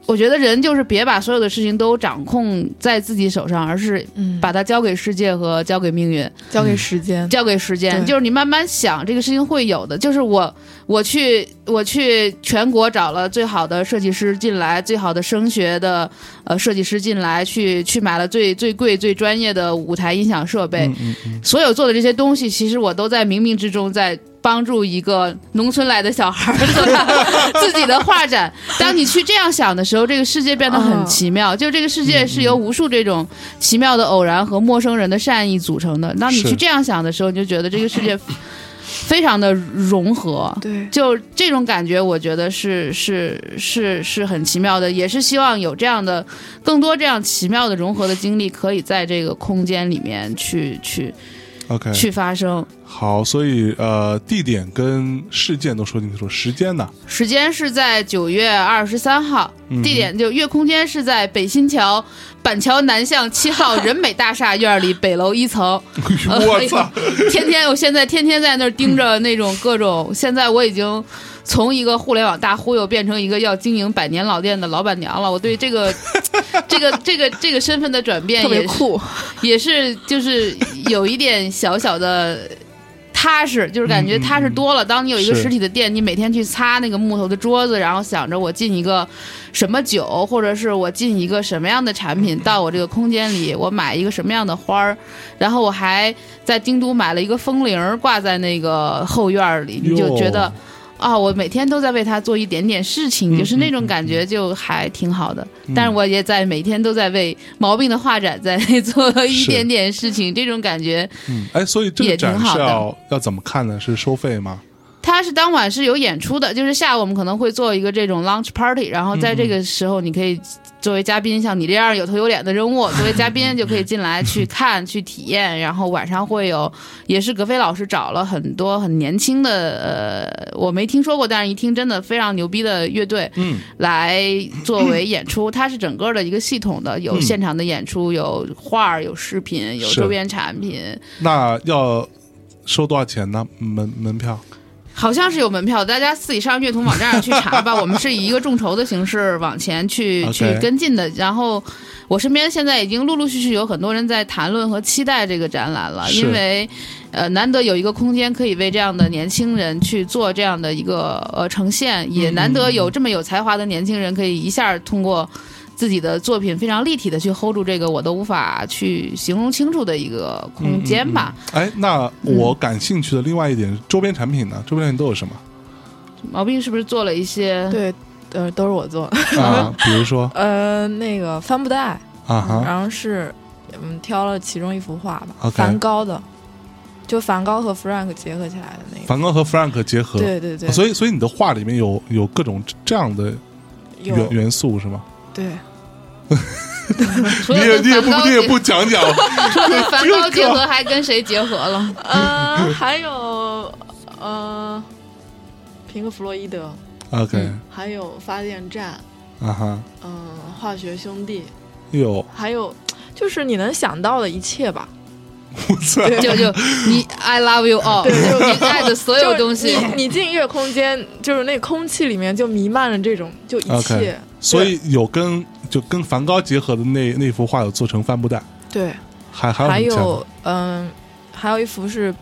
我觉得人就是别把所有的事情都掌控在自己手上，而是
嗯，
把它交给世界和交给命运。
交给时间，
交给时间，
对
就是你慢慢想这个事情会有的。就是我我去我去全国找了最好的设计师进来，最好的声学的呃设计师进来，去去买了最最贵最专业的舞台音响设备。
嗯嗯嗯，
所有做的这些东西，其实我都在冥冥之中在帮助一个农村来的小孩儿做他自己的画展。当你去这样想的时候，这个世界变得很奇妙。就这个世界是由无数这种奇妙的偶然和陌生人的善意组成的。当你
是
去这样想的时候，你就觉得这个世界非常的融合。
对
就这种感觉，我觉得是是是是很奇妙的，也是希望有这样的更多这样奇妙的融合的经历，可以在这个空间里面去去
OK，
去发生。
好，所以呃，地点跟事件都说清楚，时间 呢？
时间是在九月二十三号，
嗯
地点就月空间是在北新桥板桥南巷七号人美大厦院里北楼一层。
我操，
天天我现在天天在那儿盯着那种各种，现在我已经从一个互联网大忽悠变成一个要经营百年老店的老板娘了。我对这个这个这个这个身份的转变
特别
也是
酷，
也是就是有一点小小的。踏实，就是感觉
嗯嗯
踏实多了。当你有一个
是
实体的店，你每天去擦那个木头的桌子，然后想着我进一个什么酒，或者是我进一个什么样的产品到我这个空间里，我买一个什么样的花儿，然后我还在京都买了一个风铃儿挂在那个后院儿里，你就
哟
觉得啊，我每天都在为他做一点点事情，就是那种感觉就还挺好的。但是我也在每天都在为毛病的画展在 做一
是
点点事情，这种感觉。
嗯，哎，所以这个
也挺
展
好
是
的
要要怎么看呢？是收费吗？
它是当晚是有演出的，就是下午我们可能会做一个这种 lunch party，然后在这个时候你可以作为嘉宾，像你这样有头有脸的人物，作为嘉宾就可以进来去看、去体验。然后晚上会有，也是葛飞老师找了很多很年轻的，呃，我没听说过，但是一听真的非常牛逼的乐队，
嗯，
来作为演出。它是整个的一个系统的，有
嗯
现场的演出，有画儿，有视频，有
是
周边产品。
那要收多少钱呢？门门票？
好像是有门票，大家自己上乐童网站上去查吧。我们是以一个众筹的形式往前去
OK
去跟进的。然后我身边现在已经陆陆续续有很多人在谈论和期待这个展览了，
是
因为呃难得有一个空间可以为这样的年轻人去做这样的一个呃呈现，也难得有这么有才华的年轻人可以一下通过。自己的作品非常立体的去 hold 住这个我都无法去形容清楚的一个
嗯
空间吧，
哎，那我感兴趣的另外一点，周边产品呢？周边产品都有 什么嗯
毛病是不是做了一些
对，呃，都是我做。
啊？比如说
呃，那个帆布袋，
啊哈，
然后是嗯挑了其中一幅画吧，
OK
梵高的，就梵高和 Frank 结合起来的那个。
梵高和 Frank 结合，啊
对对对，
所以所以你的画里面有有各种这样的
有
元元素是吗？
对
除
你
了
也
跟
你也不
梵高
你也
结
不讲讲，
除了梵高结 合，还跟谁结合了？
嗯
呃，还有呃，平克·弗洛伊德，
OK
还有发电站，
啊哈，哎
嗯、化学兄弟，
有
还有就是你能想到的一切吧。
我操，
对
就就你 I love you all，
对就
你爱的所有东西
就是。你你进月空间，就是那空气里面就弥漫着这种，就一
OK
切。
所以有跟就跟梵高结合的那那幅画有做成帆布袋，
对，
还还有
还
什么
有嗯、还有一幅是，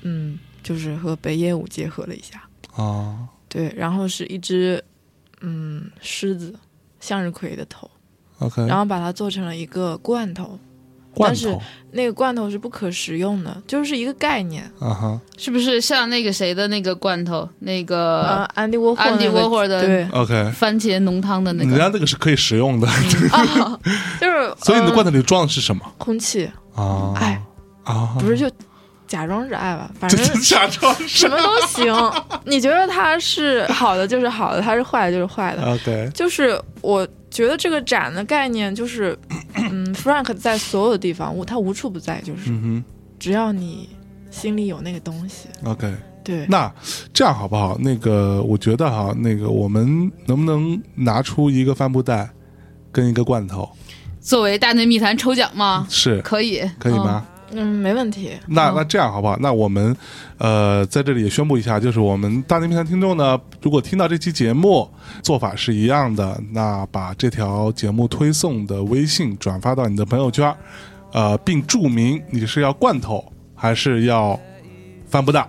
嗯，就是和北野武结合了一下。
像啊
对，然后是一只嗯狮子向日葵的头，
？OK，
然后把它做成了一个罐头。
罐
但是
头
那个罐头是不可食用的，就是一个概念。
啊哈
是不是像那个谁的那个罐头，那
呃
个，
安迪沃霍那个，
安迪沃霍的
对，
，OK，
番茄浓汤的那
人家
个？
那个是可以食用的，
就是
所以你的
呃
罐头里装的是什么
空气，
啊？
哎
啊，
不是就假装是爱吧，反
这
正
这假装
什么都行。你觉得它是好的就是好的，它是坏的就是坏的。
OK，
就是我觉得这个展的概念就是，嗯，Frank 在所有的地方，无他无处不在，就是
嗯
只要你心里有那个东西，
哼，OK。
对，
那这样好不好？那个，我觉得哈，那个我们能不能拿出一个帆布袋跟一个罐头？
作为大内密谈抽奖吗？
是
可以，
嗯可以吗？
嗯，没问题。
那那这样好不好？那我们呃在这里也宣布一下，就是我们大内密谈听众呢，如果听到这期节目，做法是一样的，那把这条节目推送的微信转发到你的朋友圈，呃，并注明你是要罐头还是要帆布袋。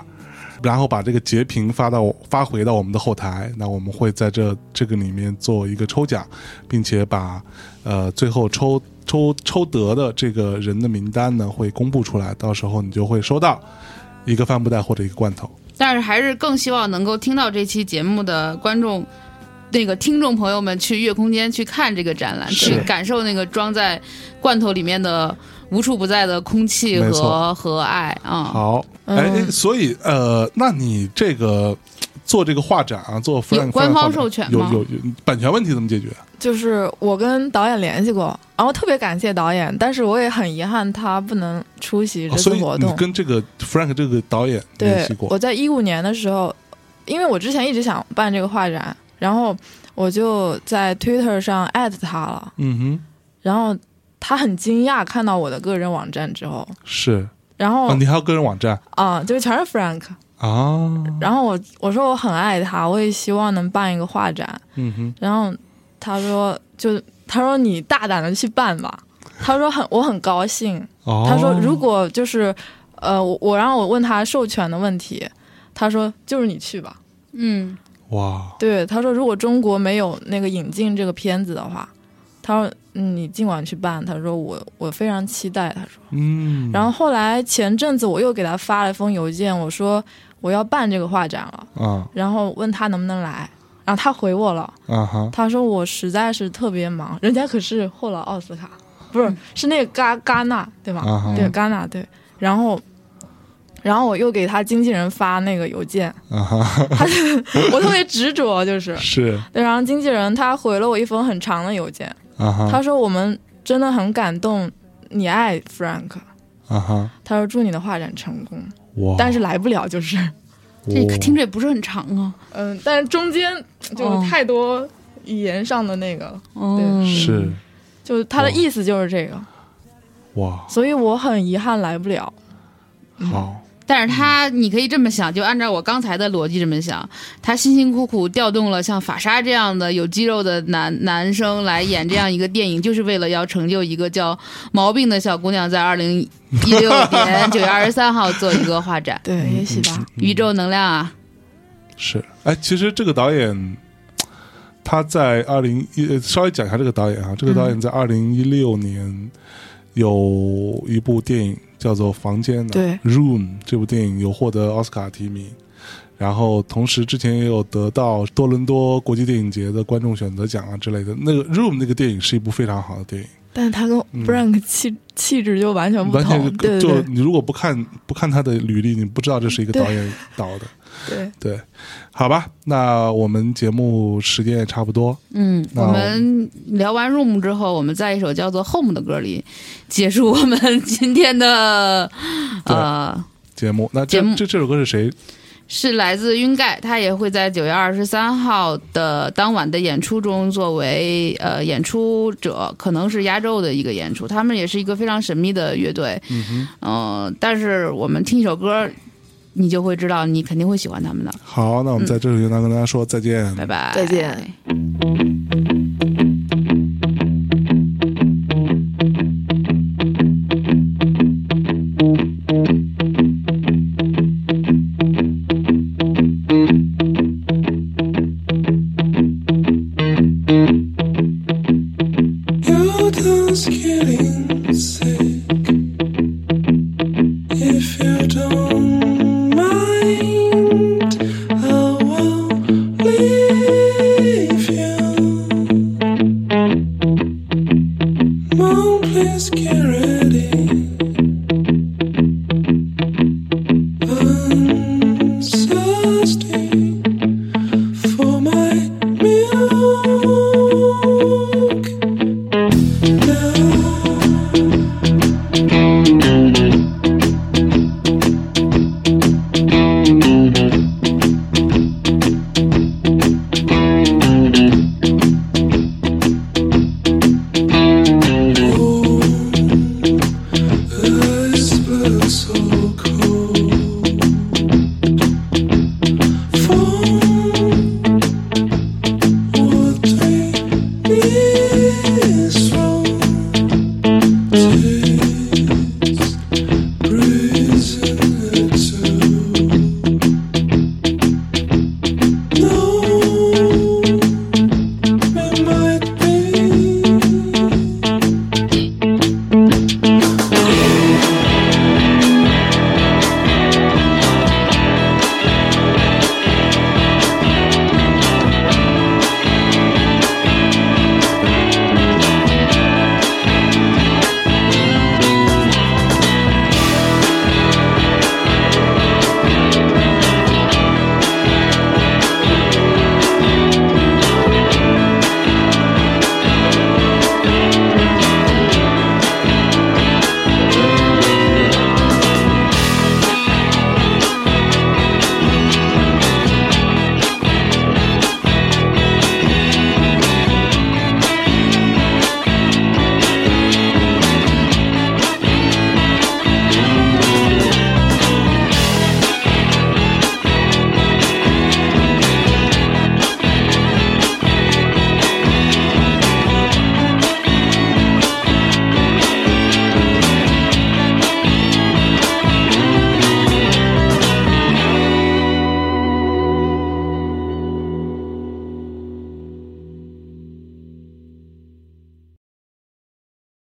然后把这个截屏发到发回到我们的后台，那我们会在这这个里面做一个抽奖，并且把呃最后抽抽抽得的这个人的名单呢会公布出来，到时候你就会收到一个帆布袋或者一个罐头。
嗯但是还是更希望能够听到这期节目的观众。那个听众朋友们去月空间去看这个展览，
是
去感受那个装在罐头里面的无处不在的空气
没错
和和爱啊！
好，哎、哎所以呃，那你这个做这个画展啊，做 Frank-
官
Frank 画
方
展
授权
有
吗
有有版权问题怎么解决？
就是我跟导演联系过，然后特别感谢导演，但是我也很遗憾他不能出席
哦
这次
所以
活
你
动。
跟这个 Frank 这个导演联
对
系，过
我在一五年的时候，因为我之前一直想办这个画展，然后我就在 Twitter 上艾特他了，
嗯
然后他很惊讶看到我的个人网站之后，
哼，是
然后
啊，你还有个人网站
啊、就是全是 Frank，
啊？
然后我我说我很爱他，我也希望能办一个画展，
嗯哼，
然后他说就他说你大胆的去办吧，他说很我很高兴，
哦，
他说如果就是呃我我然后我问他授权的问题，他说就是你去吧，
嗯，
哇，
对他说如果中国没有那个引进这个片子的话，他说嗯你尽管去办，他说我我非常期待，他说。
嗯，
然后后来前阵子我又给他发了一封邮件，我说我要办这个画展了，
啊
然后问他能不能来，然后他回我了，
啊哈，
他说我实在是特别忙，人家可是获了奥斯卡，不是是那个戛戛纳对吗？
嗯啊哈
对戛纳对，然后。然后我又给他经纪人发那个邮件，
啊哈，
我特别执着，就是
是
对。然后经纪人他回了我一封很长的邮件，
啊哈
他说我们真的很感动，你爱 Frank，
啊哈，
他说祝你的画展成功，
哇！
但是来不了就是，
这
哇
听着也不是很长啊。
嗯，但是中间就
哦
太多语言上的那个了，
嗯，
是
就是他的
哦
意思就是这个，
哇，
所以我很遗憾来不了。嗯
好
但是他，你可以这么想，就按照我刚才的逻辑这么想，他辛辛苦苦调动了像法沙这样的有肌肉的男男生来演这样一个电影，就是为了要成就一个叫毛病的小姑娘在二零一六年九月二十三号做一个画展，
嗯
对，也许吧。
宇宙能量啊，
是哎，其实这个导演。他在二零一呃稍微讲一下这个导演啊，这个
嗯
导演在二零一六年有一部电影叫做《房间》的，
对
Room》这部电影有获得奥斯卡提名，然后同时之前也有得到多伦多国际电影节的观众选择奖啊之类的。那个《Room》那个电影是一部非常好的电影，
但是他跟
嗯
Frank 气、气质就完全不
完全
同，对
就
对
就你如果不看不看他的履历，你不知道这是一个
对
导演导的。
对
对，好吧，那我们节目时间也差不多，
嗯，
那
我们聊完 Room 之后，我们在一首叫做 Home 的歌里结束我们今天的呃。
节目那这
节目
这这首歌是谁？
是来自晕盖，他也会在九月二十三号的当晚的演出中作为呃演出者，可能是压轴的一个演出。他们也是一个非常神秘的乐队，嗯呃，但是我们听一首歌，你就会知道，你肯定会喜欢他们的。
好，那我
嗯
们在这首歌当中跟大家说再见。
拜拜，
再见。
Newton's getting sick. If you don't mind, I will leave you. Mom, please get ready.